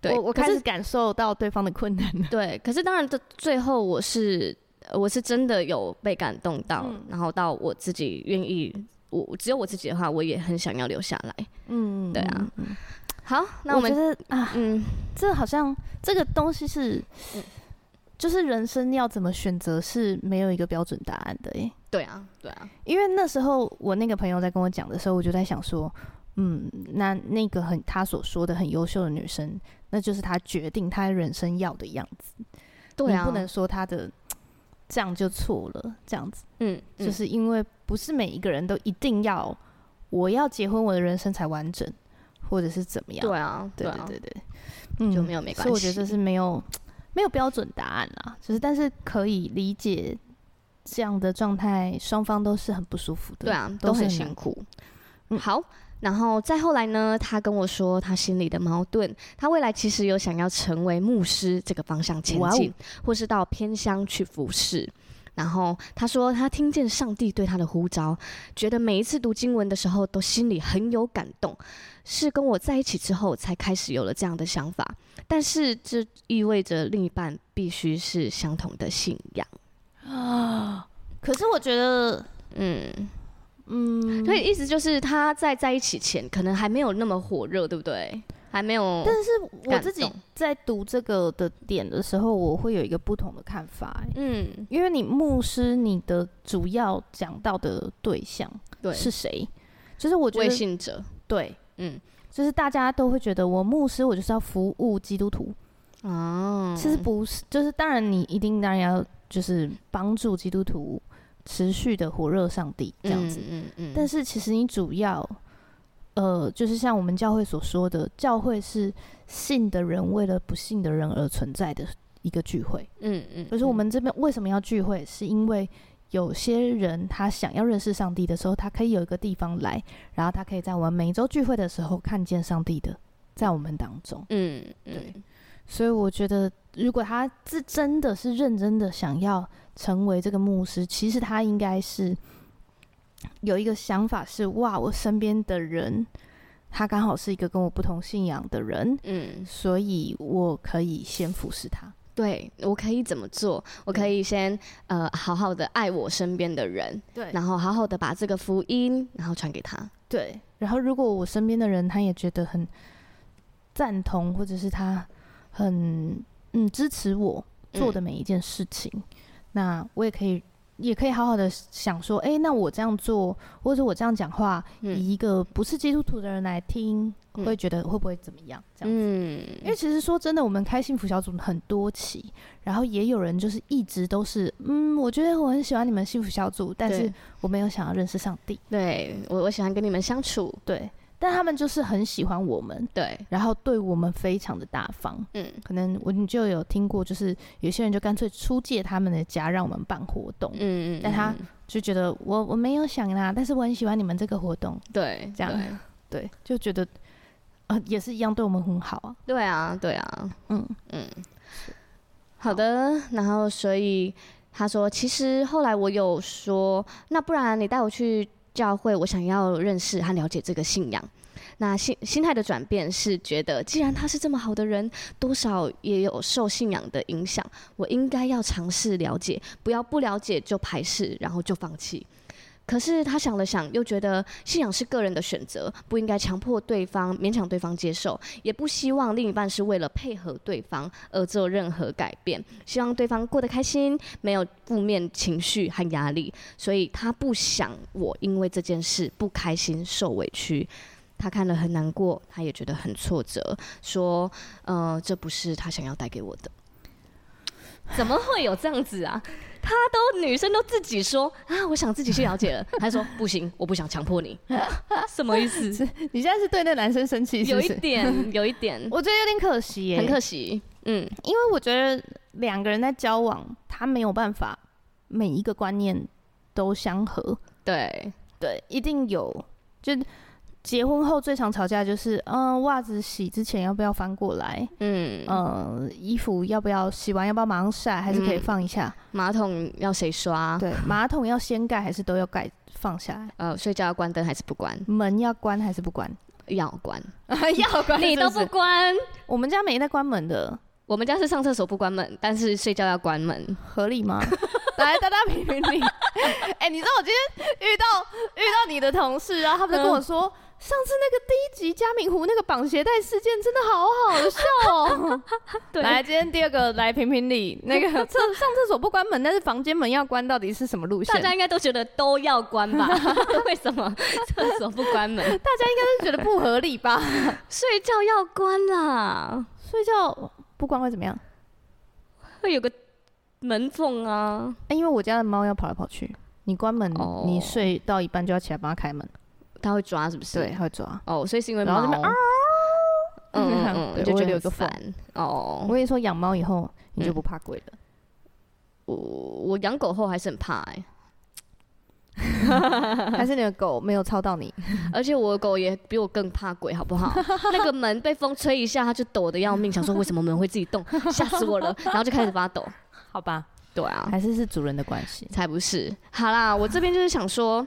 [SPEAKER 2] 对，
[SPEAKER 1] 我我
[SPEAKER 2] 可
[SPEAKER 1] 开
[SPEAKER 2] 是
[SPEAKER 1] 始感受到对方的困
[SPEAKER 2] [LAUGHS]
[SPEAKER 1] 难了。
[SPEAKER 2] 对，可是当然，这最后我是呃我是真的有被感动到，
[SPEAKER 1] 嗯
[SPEAKER 2] 然后到我自己愿意，我我只有我自己的话，我也很想要留下来。
[SPEAKER 1] 嗯，
[SPEAKER 2] 对啊
[SPEAKER 1] 嗯，嗯
[SPEAKER 2] 好，那
[SPEAKER 1] 我
[SPEAKER 2] 我
[SPEAKER 1] 觉
[SPEAKER 2] 们
[SPEAKER 1] 得啊，
[SPEAKER 2] 嗯，
[SPEAKER 1] 这好像这个东西是，就是人生要怎么选择是没有一个标准答案的耶。
[SPEAKER 2] 对啊，对啊，
[SPEAKER 1] 因为那时候我那个朋友在跟我讲的时候，我就在想说，嗯，那那个很他所说的很优秀的女生，那就是她决定她人生要的样子。
[SPEAKER 2] 对啊，
[SPEAKER 1] 你不能说她的这样就错了，这样子
[SPEAKER 2] 嗯，嗯，
[SPEAKER 1] 就是因为不是每一个人都一定要我要结婚，我的人生才完整，或者是怎么样。
[SPEAKER 2] 对啊，
[SPEAKER 1] 对
[SPEAKER 2] 啊，
[SPEAKER 1] 对对对，嗯
[SPEAKER 2] 就没有没关
[SPEAKER 1] 所以我觉得这
[SPEAKER 2] 系
[SPEAKER 1] 是没有没有标准答案啦，就是但是可以理解这样的状态，双方都是很不舒服的。
[SPEAKER 2] 对啊，
[SPEAKER 1] 都
[SPEAKER 2] 都
[SPEAKER 1] 是
[SPEAKER 2] 很
[SPEAKER 1] 很
[SPEAKER 2] 辛
[SPEAKER 1] 难
[SPEAKER 2] 苦。
[SPEAKER 1] 嗯
[SPEAKER 2] 好，然后再后来呢，他跟我说他心里的矛盾，他未来其实有想要成为牧师这个方向前
[SPEAKER 1] 哇哦
[SPEAKER 2] 进，或是到偏乡去服侍。然后他说，他听见上帝对他的呼召，觉得每一次读经文的时候都心里很有感动，是跟我在一起之后才开始有了这样的想法。但是这意味着另一半必须是相同的信仰。
[SPEAKER 1] [GASPS] 可是我觉得，
[SPEAKER 2] 嗯，
[SPEAKER 1] 嗯，
[SPEAKER 2] 所以意思就是他在在一起前可能还没有那么火热，对不对？还没有，
[SPEAKER 1] 但是我
[SPEAKER 2] 感
[SPEAKER 1] 自己
[SPEAKER 2] 动
[SPEAKER 1] 在读这个的点的时候，我会有一个不同的看法、欸
[SPEAKER 2] 嗯，
[SPEAKER 1] 因为你牧师，你的主要讲到的对象
[SPEAKER 2] 对，
[SPEAKER 1] 是谁？就是我觉
[SPEAKER 2] 微
[SPEAKER 1] 得
[SPEAKER 2] 信者，
[SPEAKER 1] 对，
[SPEAKER 2] 嗯，
[SPEAKER 1] 就是大家都会觉得我牧师，我就是要服务基督徒。
[SPEAKER 2] 哦，
[SPEAKER 1] 嗯其实不是，就是当然你一定当然要就是帮助基督徒持续的火热上帝这样子，
[SPEAKER 2] 嗯嗯嗯
[SPEAKER 1] 但
[SPEAKER 2] 是
[SPEAKER 1] 是其实你主要，呃，就是像我们教会所说的，教会是信的人为了不信的人而存在的一个聚会。
[SPEAKER 2] 嗯嗯，
[SPEAKER 1] 可是我们这边为什么要聚会，是因为。有些人他想要认识上帝的时候，他可以有一个地方来，然后他可以在我们每周聚会的时候看见上帝的在我们当中。
[SPEAKER 2] 嗯，嗯
[SPEAKER 1] 对
[SPEAKER 2] 嗯，
[SPEAKER 1] 所以我觉得，如果他是真的是认真的想要成为这个牧师，其实他应该是有一个想法是：哇，我身边的人，他刚好是一个跟我不同信仰的人，
[SPEAKER 2] 嗯，
[SPEAKER 1] 所以我可以先服侍他。
[SPEAKER 2] 对，我可以怎么做？我可以先呃好好的爱我身边的人，
[SPEAKER 1] 对
[SPEAKER 2] 然后好好的把这个福音，然后传给他。
[SPEAKER 1] 对。然后，如果我身边的人他也觉得很赞同，或者是他很嗯支持我做
[SPEAKER 2] 嗯
[SPEAKER 1] 的每一件事情，那我也可以。也可以好好的想说，哎、那我这样做，或者我这样讲话，
[SPEAKER 2] 嗯
[SPEAKER 1] 以一个不是基督徒的人来听，
[SPEAKER 2] 嗯
[SPEAKER 1] 会觉得会不会怎么样？这样子，
[SPEAKER 2] 嗯，
[SPEAKER 1] 因为其实说真的，我们开幸福小组很多期，然后也有人就是一直都是，嗯，我觉得我很喜欢你们幸福小组，但是
[SPEAKER 2] 对
[SPEAKER 1] 我没有想要认识上帝，
[SPEAKER 2] 对我我喜欢跟你们相处，
[SPEAKER 1] 对，但他们就是很喜欢我们，
[SPEAKER 2] 对，
[SPEAKER 1] 然后对我们非常的大方。
[SPEAKER 2] 嗯
[SPEAKER 1] 可能我你就有听过，就是有些人就干脆出借他们的家让我们办活动，
[SPEAKER 2] 嗯嗯，
[SPEAKER 1] 但他
[SPEAKER 2] 嗯
[SPEAKER 1] 就觉得我我没有想啦，但是我很喜欢你们这个活动，
[SPEAKER 2] 对
[SPEAKER 1] 这样
[SPEAKER 2] 对
[SPEAKER 1] 对，就觉得呃也是一样对我们很好啊，
[SPEAKER 2] 对啊对啊，
[SPEAKER 1] 嗯，
[SPEAKER 2] 好的，然后所以他说，其实后来我有说，那不然你带我去教会，我想要认识和了解这个信仰。那心心态的转变是觉得，既然他是这么好的人，多少也有受信仰的影响，我应该要尝试了解，不要不了解就排斥，然后就放弃。可是他想了想，又觉得信仰是个人的选择，不应该强迫对方、勉强对方接受，也不希望另一半是为了配合对方而做任何改变，希望对方过得开心，没有负面情绪和压力，所以他不想我因为这件事不开心、受委屈。他看了很难过，他也觉得很挫折，说：“呃，这不是他想要带给我的。”怎么会有这样子啊？她都女生都自己说啊，我想自己去了解了。她说不行，我不想强迫你，什么意思？
[SPEAKER 1] [LAUGHS] 你现在 [LAUGHS] 是对那男生生气是
[SPEAKER 2] 有
[SPEAKER 1] 不
[SPEAKER 2] 一
[SPEAKER 1] 是？
[SPEAKER 2] 点，有一点，
[SPEAKER 1] 我觉得有点可惜耶，
[SPEAKER 2] 很可惜。嗯，
[SPEAKER 1] 因为我觉得两个人在交往，他没有办法每一个观念都相合，
[SPEAKER 2] 对，
[SPEAKER 1] 对，一定有。就结婚后最常吵架就是，嗯、袜子洗之前要不要翻过来？
[SPEAKER 2] 嗯，
[SPEAKER 1] 嗯、衣服要不要洗完要不要马上晒，还是可以
[SPEAKER 2] 嗯
[SPEAKER 1] 放一下？
[SPEAKER 2] 马桶要谁刷？
[SPEAKER 1] [LAUGHS] 对，马桶要先盖还是都要盖放下来？
[SPEAKER 2] 呃，睡觉要关灯还是不关？
[SPEAKER 1] 门要关还是不关？
[SPEAKER 2] 要 [LAUGHS] 关，
[SPEAKER 1] [LAUGHS] 要关
[SPEAKER 2] 你
[SPEAKER 1] 你
[SPEAKER 2] 都
[SPEAKER 1] 都
[SPEAKER 2] 不
[SPEAKER 1] 不，
[SPEAKER 2] 关。
[SPEAKER 1] 我们家没在关门的，
[SPEAKER 2] 我们家是上厕所不关门，但是睡觉要关门。
[SPEAKER 1] 合理吗？ [LAUGHS] 来，大家评评理。 [LAUGHS] 哎、你知道我今天遇到遇到你的同事，然后他们就跟我说，上次那个第一集嘉明湖那个绑鞋带事件真的好好笑哦。
[SPEAKER 2] 对
[SPEAKER 1] 来，今天第二个来评评理，那个厕 [LAUGHS] 上厕所不关门，但是房间门要关，到底是什么路线？
[SPEAKER 2] 大家应该都觉得都要关 [LAUGHS] 吧？为什么厕所不关 [LAUGHS] 门？
[SPEAKER 1] 大家应该是觉得不合理吧？
[SPEAKER 2] 睡觉要关啦，
[SPEAKER 1] [LAUGHS] 睡觉不关会怎么样？
[SPEAKER 2] 会有个门缝啊。
[SPEAKER 1] 哎、因为我家的猫要跑来跑去，你关门，
[SPEAKER 2] 哦
[SPEAKER 1] 你睡到一半就要起来帮它开门，
[SPEAKER 2] 它会抓是不是？
[SPEAKER 1] 对，，它会抓。
[SPEAKER 2] 哦，所以是因为
[SPEAKER 1] 然后
[SPEAKER 2] 猫
[SPEAKER 1] 那边。啊 [LAUGHS]
[SPEAKER 2] 嗯嗯嗯，
[SPEAKER 1] 对
[SPEAKER 2] 就
[SPEAKER 1] 我会
[SPEAKER 2] 觉得
[SPEAKER 1] 留
[SPEAKER 2] 很
[SPEAKER 1] 一个缝
[SPEAKER 2] 烦哦
[SPEAKER 1] 我。跟你说，养猫以后你就不怕鬼了。
[SPEAKER 2] 我我养狗后还是很怕哎，
[SPEAKER 1] 还是你的狗没有操到你？
[SPEAKER 2] 而且我的狗也比我更怕鬼，好不好？那个门被风吹一下，它就抖得要命，想说为什么门会自己动，吓死我了，然后就开始发抖。
[SPEAKER 1] [LAUGHS] 好吧，
[SPEAKER 2] 对啊，
[SPEAKER 1] 还是是主人的关系。
[SPEAKER 2] 才不是。好啦，我这边就是想说，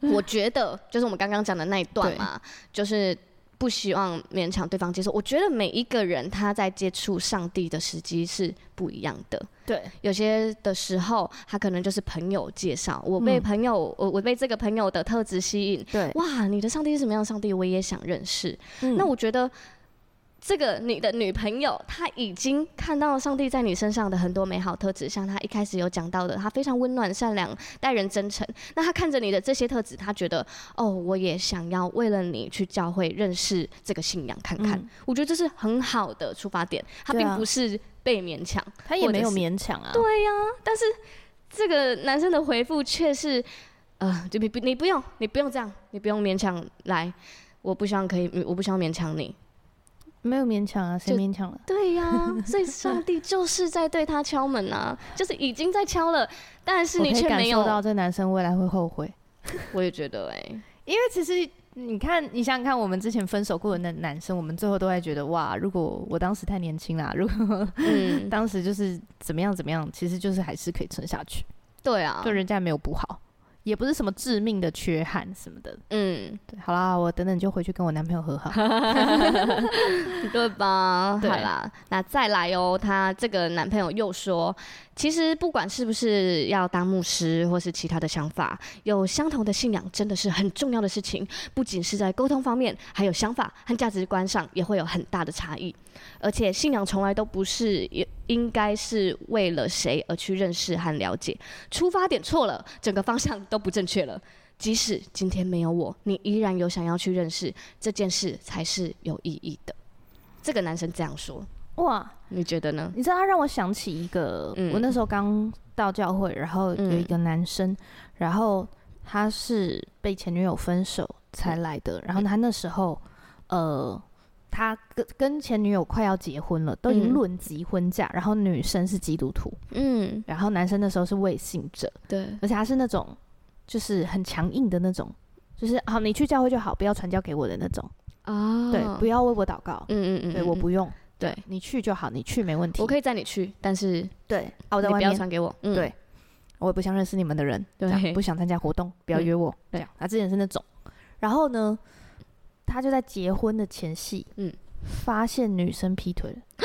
[SPEAKER 2] 我觉得就是我们刚刚讲的那一段嘛，就是不希望勉强对方接受。我觉得每一个人他在接触上帝的时机是不一样的。
[SPEAKER 1] 对，
[SPEAKER 2] 有些的时候，他可能就是朋友介绍，我被
[SPEAKER 1] 嗯
[SPEAKER 2] 朋友，我我被这个朋友的特质吸引，
[SPEAKER 1] 对
[SPEAKER 2] 哇，你的上帝是什么样的上帝？我也想认识。
[SPEAKER 1] 嗯
[SPEAKER 2] 那我觉得。这个你的女朋友，她已经看到上帝在你身上的很多美好特质，像她一开始有讲到的，她非常温暖、善良、待人真诚。那她看着你的这些特质，她觉得哦，我也想要为了你去教会认识这个信仰看看。
[SPEAKER 1] 嗯
[SPEAKER 2] 我觉得这是很好的出发点，她
[SPEAKER 1] 对
[SPEAKER 2] 并
[SPEAKER 1] 啊
[SPEAKER 2] 不是被勉强。
[SPEAKER 1] 他也没有
[SPEAKER 2] 或者
[SPEAKER 1] 勉强啊。
[SPEAKER 2] 对呀、但是这个男生的回复却是，呃，就你不你不用你不用这样，你不用勉强来，我不希望可以，我不希望勉强你。
[SPEAKER 1] 没有勉强啊，谁
[SPEAKER 2] 就
[SPEAKER 1] 勉强了？
[SPEAKER 2] 对呀、所以上帝就是在对他敲门啊， [LAUGHS] 就是已经在敲了，但是
[SPEAKER 1] 我
[SPEAKER 2] 你
[SPEAKER 1] 可以
[SPEAKER 2] 却
[SPEAKER 1] 感
[SPEAKER 2] 没
[SPEAKER 1] 受
[SPEAKER 2] 有。
[SPEAKER 1] 到这男生未来会后悔，
[SPEAKER 2] 我也觉得哎、
[SPEAKER 1] 因为其实。你看，你想想看，我们之前分手过的那男生，我们最后都会觉得哇，如果我当时太年轻啦，如果
[SPEAKER 2] [LAUGHS] 嗯，
[SPEAKER 1] 当时就是怎么样怎么样，其实就是还是可以撑下去，
[SPEAKER 2] 对啊
[SPEAKER 1] 对，人家也没有不好，也不是什么致命的缺憾什么的。
[SPEAKER 2] 嗯，
[SPEAKER 1] 对，好啦，我等等就回去跟我男朋友和好。
[SPEAKER 2] [LAUGHS] 对吧？
[SPEAKER 1] 对
[SPEAKER 2] 好啦，那再来哦。她这个男朋友又说，其实不管是不是要当牧师，或是其他的想法，有相同的信仰真的是很重要的事情。不仅是在沟通方面，还有想法和价值观上也会有很大的差异。而且信仰从来都不是也应该是为了谁而去认识和了解，出发点错了，整个方向都不正确了。即使今天没有我，你依然有想要去认识这件事，才是有意义的。这个男生这样说，
[SPEAKER 1] 哇，
[SPEAKER 2] 你觉得呢？
[SPEAKER 1] 你知道，他让我想起一个，
[SPEAKER 2] 嗯
[SPEAKER 1] 我那时候刚到教会，然后有一个男生，然后他是被前女友分手才来的，然后他那时候，呃，他跟跟前女友快要结婚了，都已经
[SPEAKER 2] 嗯
[SPEAKER 1] 论及婚嫁，然后女生是基督徒，
[SPEAKER 2] 嗯，
[SPEAKER 1] 然后男生那时候是未信者，
[SPEAKER 2] 对，
[SPEAKER 1] 而且他是那种就是很强硬的那种，就是好你去教会就好，不要传教给我的那种，
[SPEAKER 2] 啊
[SPEAKER 1] 对，不要为我祷告，
[SPEAKER 2] 嗯嗯嗯，
[SPEAKER 1] 对，我
[SPEAKER 2] 嗯，
[SPEAKER 1] 不用，
[SPEAKER 2] 对
[SPEAKER 1] 你去就好，你去没问题，
[SPEAKER 2] 我可以载你去，但是你
[SPEAKER 1] 对，啊，我在外
[SPEAKER 2] 不要
[SPEAKER 1] 面。
[SPEAKER 2] 传给我。嗯
[SPEAKER 1] 对我也不想认识你们的人，
[SPEAKER 2] 对
[SPEAKER 1] 这样不想参加活动，不要约我。
[SPEAKER 2] 对
[SPEAKER 1] 这样，他啊之前是那种，然后呢，他就在结婚的前夕，
[SPEAKER 2] 嗯
[SPEAKER 1] 嗯，发现女生劈腿了， [GASPS]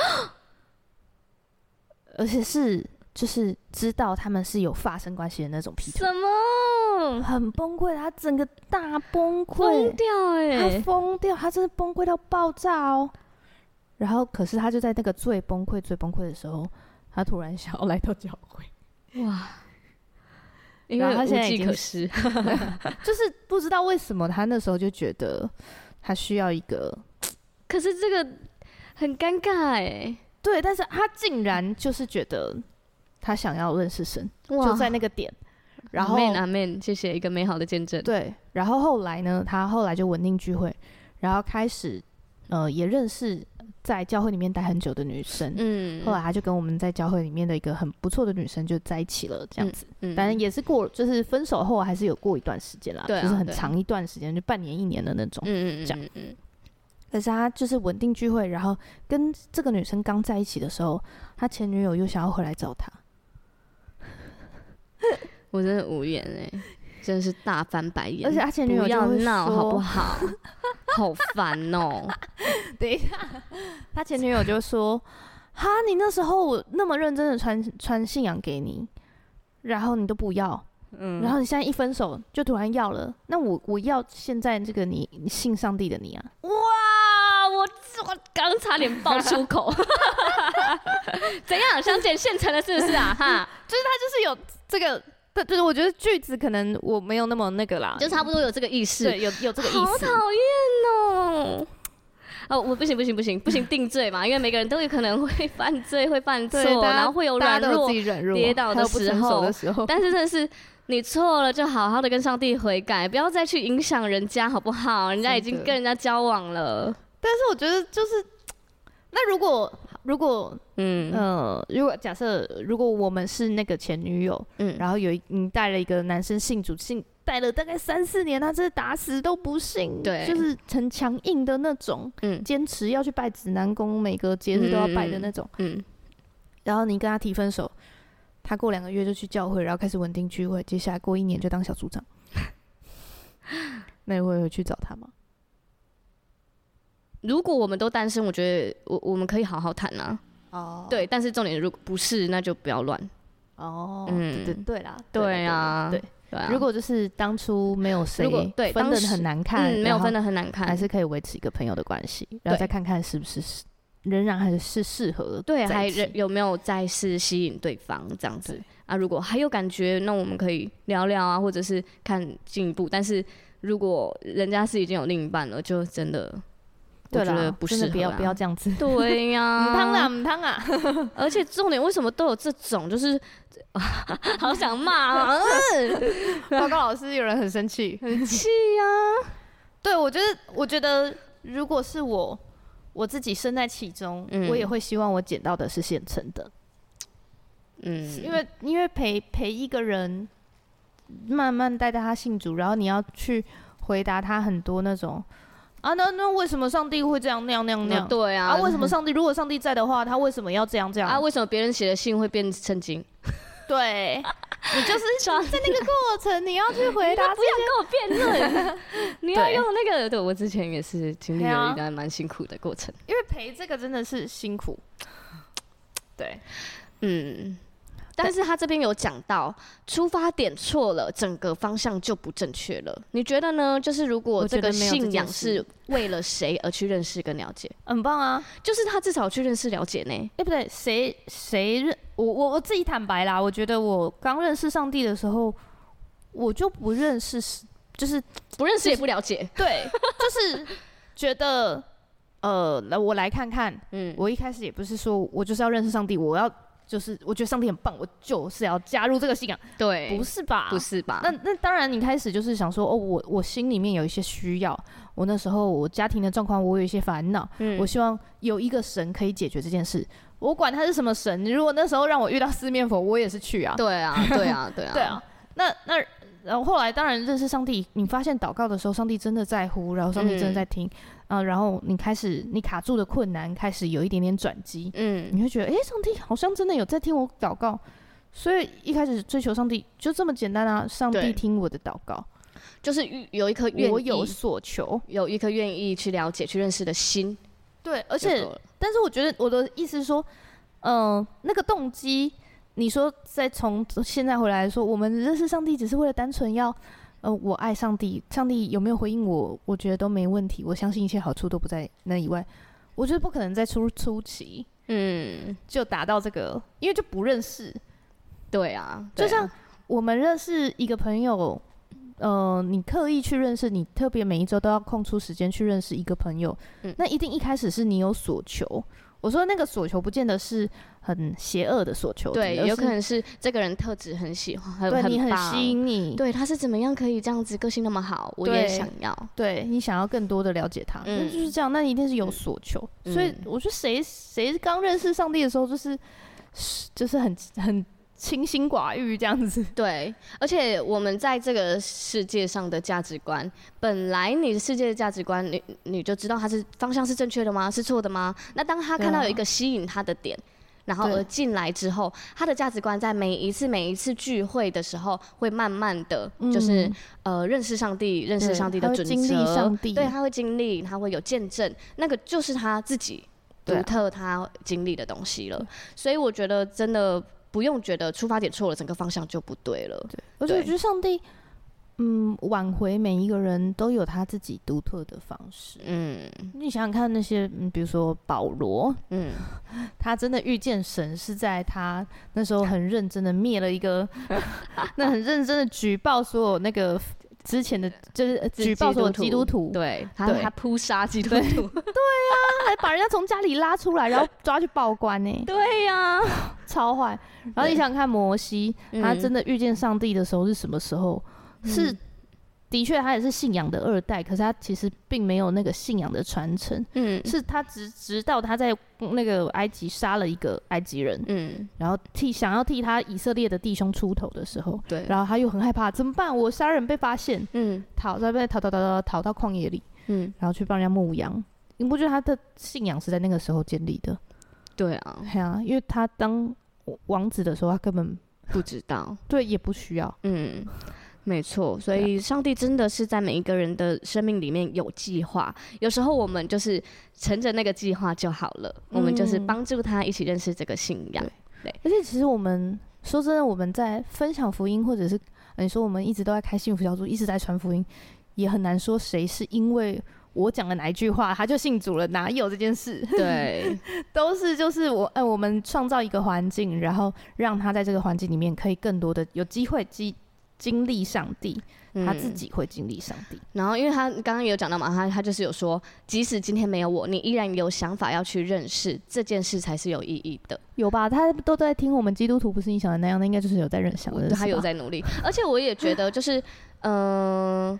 [SPEAKER 1] 而且是就是知道他们是有发生关系的那种劈腿
[SPEAKER 2] 什，么？
[SPEAKER 1] 很崩溃，他整个大崩
[SPEAKER 2] 疯
[SPEAKER 1] 溃，
[SPEAKER 2] 掉哎、
[SPEAKER 1] 他疯掉，他真的崩溃到爆炸哦。然后，可是他就在那个最崩溃、最崩溃的时候，他突然想要来到教会。
[SPEAKER 2] 哇！因
[SPEAKER 1] 然
[SPEAKER 2] 为
[SPEAKER 1] 后他
[SPEAKER 2] 无
[SPEAKER 1] 现在已
[SPEAKER 2] 计
[SPEAKER 1] 经
[SPEAKER 2] 可施，
[SPEAKER 1] 就是不知道为什么他那时候就觉得他需要一个
[SPEAKER 2] 可是这个很尴尬哎、
[SPEAKER 1] 对，但是他竟然就是觉得他想要认识神，
[SPEAKER 2] 哇
[SPEAKER 1] 就在那个点。然后
[SPEAKER 2] Amen Amen，谢谢一个美好的见证。
[SPEAKER 1] 对，然后后来呢，他后来就稳定聚会，然后开始呃也认识在教会里面待很久的女生。
[SPEAKER 2] 嗯，
[SPEAKER 1] 后来他就跟我们在教会里面的一个很不错的女生就在一起了，这样子。
[SPEAKER 2] 嗯，
[SPEAKER 1] 当然也是过，就是分手后还是有过一段时间啦，
[SPEAKER 2] 对啊
[SPEAKER 1] 就是很
[SPEAKER 2] 对
[SPEAKER 1] 长一段时间，就半年一年的那种。
[SPEAKER 2] 嗯嗯嗯
[SPEAKER 1] 这样
[SPEAKER 2] 嗯嗯
[SPEAKER 1] 可是他就是稳定聚会，然后跟这个女生刚在一起的时候，他前女友又想要回来找他，
[SPEAKER 2] 我真的无言哎、真的是大翻白眼。
[SPEAKER 1] 而且他前女友
[SPEAKER 2] 不
[SPEAKER 1] 就
[SPEAKER 2] 要
[SPEAKER 1] 会
[SPEAKER 2] 闹好不
[SPEAKER 1] 说
[SPEAKER 2] 好？ [LAUGHS] 好烦哦、
[SPEAKER 1] 等一下，他前女友就说：“哈，你那时候我那么认真的传传信仰给你，然后你都不要，
[SPEAKER 2] 嗯，
[SPEAKER 1] 然后你现在一分手就突然要了，那我我要现在这个你你信上帝的你啊，
[SPEAKER 2] [LAUGHS] 哇，我我刚差点爆粗口， [LAUGHS] 怎样？想捡现成的，是不是啊？哈，
[SPEAKER 1] 就是有这个，但就是我觉得句子可能我没有那么那个啦，
[SPEAKER 2] [LAUGHS] 就差不多有这个意识。
[SPEAKER 1] 对有有这个意
[SPEAKER 2] 好
[SPEAKER 1] 思
[SPEAKER 2] 讨，厌哦。哦，我不行不行不行不行定罪嘛，因为每个人都有可能会犯罪，会犯错
[SPEAKER 1] 对，大家
[SPEAKER 2] 然后会有
[SPEAKER 1] 大
[SPEAKER 2] 软
[SPEAKER 1] 家都有
[SPEAKER 2] 弱
[SPEAKER 1] 自己软弱、
[SPEAKER 2] 跌倒的
[SPEAKER 1] 还有不
[SPEAKER 2] 时
[SPEAKER 1] 成熟
[SPEAKER 2] 候
[SPEAKER 1] 的时 [LAUGHS] 候，
[SPEAKER 2] 但是真的是你错了，就好好的跟上帝悔改，不要再去影响人家，好不好？人家已经
[SPEAKER 1] 真的
[SPEAKER 2] 跟人家交往了，
[SPEAKER 1] 但是我觉得就是，那如果如果
[SPEAKER 2] 嗯
[SPEAKER 1] 呃，如果假设如果我们是那个前女友，
[SPEAKER 2] 嗯，
[SPEAKER 1] 然后有一你带了一个男生信主信带了大概三四年，他真的打死都不信，
[SPEAKER 2] 对
[SPEAKER 1] 就是很强硬的那种，
[SPEAKER 2] 嗯
[SPEAKER 1] 坚持要去拜指南宫，每个节日都要拜的那种。
[SPEAKER 2] 嗯，
[SPEAKER 1] 然后你跟他提分手，他过两个月就去教会，然后开始稳定聚会，接下来过一年就当小组
[SPEAKER 2] [LAUGHS]
[SPEAKER 1] 长。那你会回去找他吗？
[SPEAKER 2] 如果我们都单身，我觉得我我们可以好好谈啊。
[SPEAKER 1] 哦
[SPEAKER 2] 对，但是重点如果不是，那就不要乱。
[SPEAKER 1] 哦，
[SPEAKER 2] 嗯
[SPEAKER 1] 嗯，对对啦，
[SPEAKER 2] 对啊
[SPEAKER 1] 对啦。
[SPEAKER 2] 对
[SPEAKER 1] 对
[SPEAKER 2] 啊，
[SPEAKER 1] 啦如果就是当初没有谁
[SPEAKER 2] 如果对
[SPEAKER 1] 分
[SPEAKER 2] 当
[SPEAKER 1] 的
[SPEAKER 2] 时
[SPEAKER 1] 很难看，
[SPEAKER 2] 嗯没有
[SPEAKER 1] 然后
[SPEAKER 2] 分的很难看，
[SPEAKER 1] 还是可以维持一个朋友的关系，然后再看看是不是是仍然还是适合
[SPEAKER 2] 对，
[SPEAKER 1] 在
[SPEAKER 2] 还
[SPEAKER 1] 一起
[SPEAKER 2] 人有没有再是吸引对方这样子啊？如果还有感觉，那我们可以聊聊啊，或者是看进一步。但是如果人家是已经有另一半了，就真的我
[SPEAKER 1] 对
[SPEAKER 2] 觉
[SPEAKER 1] 啦嗯
[SPEAKER 2] 得不
[SPEAKER 1] 真
[SPEAKER 2] 适
[SPEAKER 1] 的
[SPEAKER 2] 合啊
[SPEAKER 1] 不要不要这样子，
[SPEAKER 2] [LAUGHS]
[SPEAKER 1] 唔
[SPEAKER 2] 对呀、
[SPEAKER 1] 汤啦唔汤 [LAUGHS] 啊，
[SPEAKER 2] 嗯而且重点为什么都有这种，就是 [LAUGHS] 好想骂啊，
[SPEAKER 1] 报告老师有人很啊生气，
[SPEAKER 2] 很气呀、
[SPEAKER 1] 对我觉得我觉得如果是我我自己身在其中，
[SPEAKER 2] 嗯
[SPEAKER 1] 我也会希望我捡到的是现成的，
[SPEAKER 2] 嗯，
[SPEAKER 1] 因为因为陪陪一个人，慢慢带带他信主，然后你要去回答他很多那种啊，那那为什么上帝会这样那样那样那样？
[SPEAKER 2] 对啊，
[SPEAKER 1] 啊，为什 [LAUGHS] 么上帝？如果上帝在的话，他为什么要这样这样？
[SPEAKER 2] 啊？为什么别人写的信会变圣经？
[SPEAKER 1] [LAUGHS] 对，你
[SPEAKER 2] [LAUGHS]
[SPEAKER 1] 就是在那个过程， [LAUGHS] 你要去回答
[SPEAKER 2] 不要跟我辩 [LAUGHS] 论，你要
[SPEAKER 1] 对
[SPEAKER 2] 用那个。对我之前也是经历
[SPEAKER 1] 对
[SPEAKER 2] 了
[SPEAKER 1] 啊
[SPEAKER 2] 一段蛮辛苦的过程。
[SPEAKER 1] 因为陪这个真的是辛苦。对，
[SPEAKER 2] 嗯，但是他这边有讲到，出发点错了，整个方向就不正确了。你觉得呢？就是如果
[SPEAKER 1] 我
[SPEAKER 2] 这
[SPEAKER 1] 觉
[SPEAKER 2] 个
[SPEAKER 1] 得没有这
[SPEAKER 2] 信仰
[SPEAKER 1] 件事
[SPEAKER 2] 是为了谁而去认识跟了解，
[SPEAKER 1] 很棒啊！
[SPEAKER 2] 就是他至少去认识了解呢。
[SPEAKER 1] 哎、不对，谁谁认我我我自己坦白啦，我觉得我刚认识上帝的时候，我就不认识是，就是
[SPEAKER 2] 不认识也不了解。
[SPEAKER 1] [LAUGHS] 对，就是觉得呃，来我来看看。
[SPEAKER 2] 嗯，
[SPEAKER 1] 我一开始也不是说我就是要认识上帝，我要就是我觉得上帝很棒，我就是要加入这个信仰，
[SPEAKER 2] 对，啊
[SPEAKER 1] 不
[SPEAKER 2] 不
[SPEAKER 1] 是吧？
[SPEAKER 2] 不是吧？
[SPEAKER 1] 那那当然，你开始就是想说，哦，我我心里面有一些需要，我那时候我家庭的状况，我有一些烦恼，
[SPEAKER 2] 嗯
[SPEAKER 1] 我希望有一个神可以解决这件事。我管他是什么神，如果那时候让我遇到四面佛，我也是去啊。
[SPEAKER 2] 对 [LAUGHS] 啊，对啊，对啊，
[SPEAKER 1] 对啊，那那然后后来当然认识上帝，你发现祷告的时候，上帝真的在乎，然后上帝
[SPEAKER 2] 嗯
[SPEAKER 1] 真的在听，啊、然后你开始你卡住的困难开始有一点点转机，
[SPEAKER 2] 嗯，
[SPEAKER 1] 你会觉得，诶，上帝好像真的有在听我祷告，所以一开始追求上帝就这么简单啊！上
[SPEAKER 2] 对
[SPEAKER 1] 帝听我的祷告，
[SPEAKER 2] 就是有一颗愿意，
[SPEAKER 1] 我有所求。
[SPEAKER 2] 有一颗愿意去了解、去认识的心
[SPEAKER 1] 对，而
[SPEAKER 2] 就够了，
[SPEAKER 1] 且，但是我觉得我的意思是说，嗯、那个动机，你说再从现在回来说，我们认识上帝只是为了单纯要，呃，我爱上帝，上帝有没有回应我，我觉得都没问题，我相信一切好处都不在那以外，我觉得不可能在初初期
[SPEAKER 2] 嗯，
[SPEAKER 1] 就达到这个，因为就不认识，
[SPEAKER 2] 对啊，对
[SPEAKER 1] 就
[SPEAKER 2] 啊
[SPEAKER 1] 像我们认识一个朋友，呃，你刻意去认识，你特别每一周都要空出时间去认识一个朋友，
[SPEAKER 2] 嗯
[SPEAKER 1] 那一定一开始是你有所求，我说那个所求不见得是很邪恶的所求，
[SPEAKER 2] 对，啊
[SPEAKER 1] 而
[SPEAKER 2] 有
[SPEAKER 1] 是
[SPEAKER 2] 可能是这个人特质很喜欢，
[SPEAKER 1] 对你很
[SPEAKER 2] 棒
[SPEAKER 1] 吸引你，
[SPEAKER 2] 对，他是怎么样可以这样子个性那么好，我
[SPEAKER 1] 对
[SPEAKER 2] 也想要。
[SPEAKER 1] 对你想要更多的了解他，那
[SPEAKER 2] 嗯
[SPEAKER 1] 就是这样，那你一定是有所求。
[SPEAKER 2] 嗯
[SPEAKER 1] 所以我觉得谁谁刚认识上帝的时候，就是是就是很很清心寡欲这样子。
[SPEAKER 2] 对，而且我们在这个世界上的价值观，本来你的世界的价值观，你你就知道它是方向是正确的吗？是错的吗？那当他
[SPEAKER 1] 对
[SPEAKER 2] 看到
[SPEAKER 1] 啊
[SPEAKER 2] 有一个吸引他的点，然后
[SPEAKER 1] 对
[SPEAKER 2] 而进来之后，他的价值观在每一次每一次聚会的时候，会慢慢的就是、
[SPEAKER 1] 嗯
[SPEAKER 2] 呃认识上帝，认识
[SPEAKER 1] 对
[SPEAKER 2] 上帝
[SPEAKER 1] 他
[SPEAKER 2] 的
[SPEAKER 1] 会
[SPEAKER 2] 准则，
[SPEAKER 1] 经历上帝
[SPEAKER 2] 对，他会经历，他会有见证，那个就是他自己独
[SPEAKER 1] 对啊嗯
[SPEAKER 2] 特他经历的东西了。所以我觉得真的。不用觉得出发点错了，整个方向就不对了。
[SPEAKER 1] 而且我
[SPEAKER 2] 对
[SPEAKER 1] 觉得上帝，嗯，挽回每一个人都有他自己独特的方式。
[SPEAKER 2] 嗯
[SPEAKER 1] 你想想看，那些、嗯、比如说保罗，
[SPEAKER 2] 嗯，
[SPEAKER 1] 他真的遇见神是在他那时候很认真的灭了一个，那很认真的举报所有那个之前的，就是呃举报所有基督徒，
[SPEAKER 2] 对他
[SPEAKER 1] 对
[SPEAKER 2] 他扑杀基督徒，
[SPEAKER 1] 还把人家从家里拉出来，然后抓去报官呢、
[SPEAKER 2] [LAUGHS] 对呀，
[SPEAKER 1] 超坏。然后你想想看摩西，
[SPEAKER 2] 嗯
[SPEAKER 1] [LAUGHS] 他真的遇见上帝的时候是什么时候？是的确，他也是信仰的二代，可是他其实并没有那个信仰的传承，
[SPEAKER 2] 嗯
[SPEAKER 1] 是他直直到他在那个埃及杀了一个埃及人，
[SPEAKER 2] 嗯，
[SPEAKER 1] 然后替想要替他以色列的弟兄出头的时候，
[SPEAKER 2] 对，
[SPEAKER 1] 然后他又很害怕，怎么办？我杀人被发现，
[SPEAKER 2] 嗯
[SPEAKER 1] 逃在被逃逃逃逃逃到旷野里，
[SPEAKER 2] 嗯，
[SPEAKER 1] 然后去帮人家牧羊。你不觉得他的信仰是在那个时候建立的？
[SPEAKER 2] 对啊，
[SPEAKER 1] 对啊，因为他当王子的时候，他根本
[SPEAKER 2] 不知道，
[SPEAKER 1] 对也不需要。
[SPEAKER 2] 嗯。没错，所
[SPEAKER 1] 啊
[SPEAKER 2] 以上帝真的是在每一个人的生命里面有计划。有时候我们就是乘着那个计划就好了，我们就是
[SPEAKER 1] 嗯
[SPEAKER 2] 帮助他一起认识这个信仰。
[SPEAKER 1] 而且其实我们说真的，我们在分享福音，或者是呃你说我们一直都在开幸福小组，一直在传福音，也很难说谁是因为我讲了哪一句话他就信主了，哪有这件事？
[SPEAKER 2] [LAUGHS] 对，
[SPEAKER 1] [LAUGHS] 都是就是我呃，我们创造一个环境，然后让他在这个环境里面可以更多的有机会经经历上帝，他自
[SPEAKER 2] 嗯
[SPEAKER 1] 己会经历上帝。
[SPEAKER 2] 然后，因为他刚刚有讲到嘛，他他就是有说，即使今天没有我，你依然有想法要去认识这件事才是有意义的。
[SPEAKER 1] 有吧？他都在听我们基督徒，不是你想的那样，那应该啊就是有在认想
[SPEAKER 2] 我
[SPEAKER 1] 的，
[SPEAKER 2] 他有在努力，而且我也觉得就是，嗯、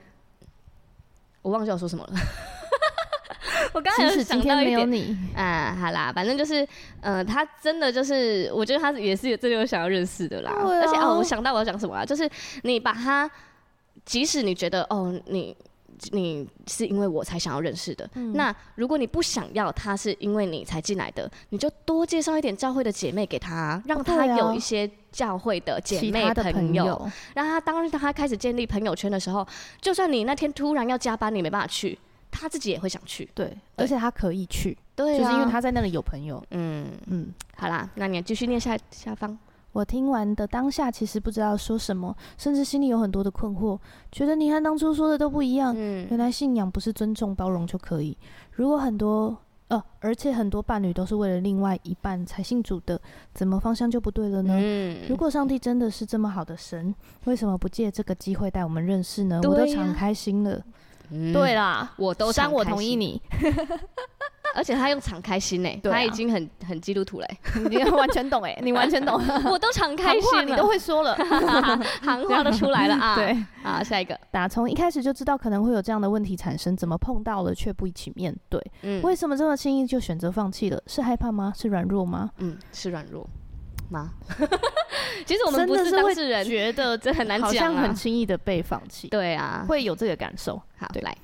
[SPEAKER 2] 我忘记我说什么了。 [LAUGHS] 我刚才
[SPEAKER 1] 即
[SPEAKER 2] 有
[SPEAKER 1] 使
[SPEAKER 2] 想
[SPEAKER 1] 今
[SPEAKER 2] 到
[SPEAKER 1] 天
[SPEAKER 2] 一
[SPEAKER 1] 没有
[SPEAKER 2] 点，
[SPEAKER 1] 你，
[SPEAKER 2] 啊，好啦，反正就是，呃，他真的就是，我觉得他也是真的有想要认识的啦。
[SPEAKER 1] 对啊
[SPEAKER 2] 而且哦，我想到我要讲什么啊，就是你把他，即使你觉得哦，你你是因为我才想要认识的，那如果你不想要他是因为你才进来的，你就多介绍一点教会的姐妹给他，让他
[SPEAKER 1] 对啊
[SPEAKER 2] 有一些教会的姐
[SPEAKER 1] 其
[SPEAKER 2] 妹
[SPEAKER 1] 他的朋
[SPEAKER 2] 友让他当他开始建立朋友圈的时候，就算你那天突然要加班，你没办法去，他自己也会想去。
[SPEAKER 1] 对，而且他可以去，
[SPEAKER 2] 对、啊，
[SPEAKER 1] 就是因为他在那里有朋友。
[SPEAKER 2] 嗯。
[SPEAKER 1] 嗯，
[SPEAKER 2] 好啦，那你继续念下下方。
[SPEAKER 1] 我听完的当下，其实不知道说什么，甚至心里有很多的困惑，觉得你和当初说的都不一样。
[SPEAKER 2] 嗯
[SPEAKER 1] 原来信仰不是尊重包容就可以。如果很多呃，而且很多伴侣都是为了另外一半才信主的，怎么方向就不对了呢？
[SPEAKER 2] 嗯
[SPEAKER 1] 如果上帝真的是这么好的神，为什么不借这个机会带我们认识呢？
[SPEAKER 2] 对
[SPEAKER 1] 我都
[SPEAKER 2] 呀
[SPEAKER 1] 敞开心了。
[SPEAKER 2] 对了，
[SPEAKER 1] 嗯 [LAUGHS] 啦，
[SPEAKER 2] 我都
[SPEAKER 1] 当
[SPEAKER 2] 敞
[SPEAKER 1] 我
[SPEAKER 2] 开
[SPEAKER 1] 同意
[SPEAKER 2] 心，
[SPEAKER 1] 你，
[SPEAKER 2] 而且他用敞开心呢，
[SPEAKER 1] 对啊
[SPEAKER 2] 他已经很很基督徒
[SPEAKER 1] [LAUGHS]
[SPEAKER 2] 嘞，
[SPEAKER 1] [LAUGHS] 你完全懂哎、你完全 [LAUGHS] 懂，
[SPEAKER 2] 我 [LAUGHS] 都敞开
[SPEAKER 1] 开
[SPEAKER 2] 心
[SPEAKER 1] 心啊 [LAUGHS]
[SPEAKER 2] 了，
[SPEAKER 1] 会说了。
[SPEAKER 2] 行话都出来了啊。
[SPEAKER 1] [LAUGHS] 对，
[SPEAKER 2] 啊，下一个，
[SPEAKER 1] 打从一开始就知道可能会有这样的问题产生，怎么碰到了却不一起面对？
[SPEAKER 2] 嗯
[SPEAKER 1] 为什么这么轻易就选择放弃了？是害怕吗？是软弱吗？
[SPEAKER 2] 嗯是软弱
[SPEAKER 1] [LAUGHS]
[SPEAKER 2] 吗？其实我们
[SPEAKER 1] 真
[SPEAKER 2] 不
[SPEAKER 1] 的
[SPEAKER 2] 是
[SPEAKER 1] 是
[SPEAKER 2] 当
[SPEAKER 1] 会
[SPEAKER 2] 事人，
[SPEAKER 1] 觉得
[SPEAKER 2] 这很难
[SPEAKER 1] 好
[SPEAKER 2] 讲
[SPEAKER 1] 像很
[SPEAKER 2] 啊。
[SPEAKER 1] 轻易的被放弃，
[SPEAKER 2] 对啊，
[SPEAKER 1] 会有这个感受。
[SPEAKER 2] 好
[SPEAKER 1] 对
[SPEAKER 2] 来，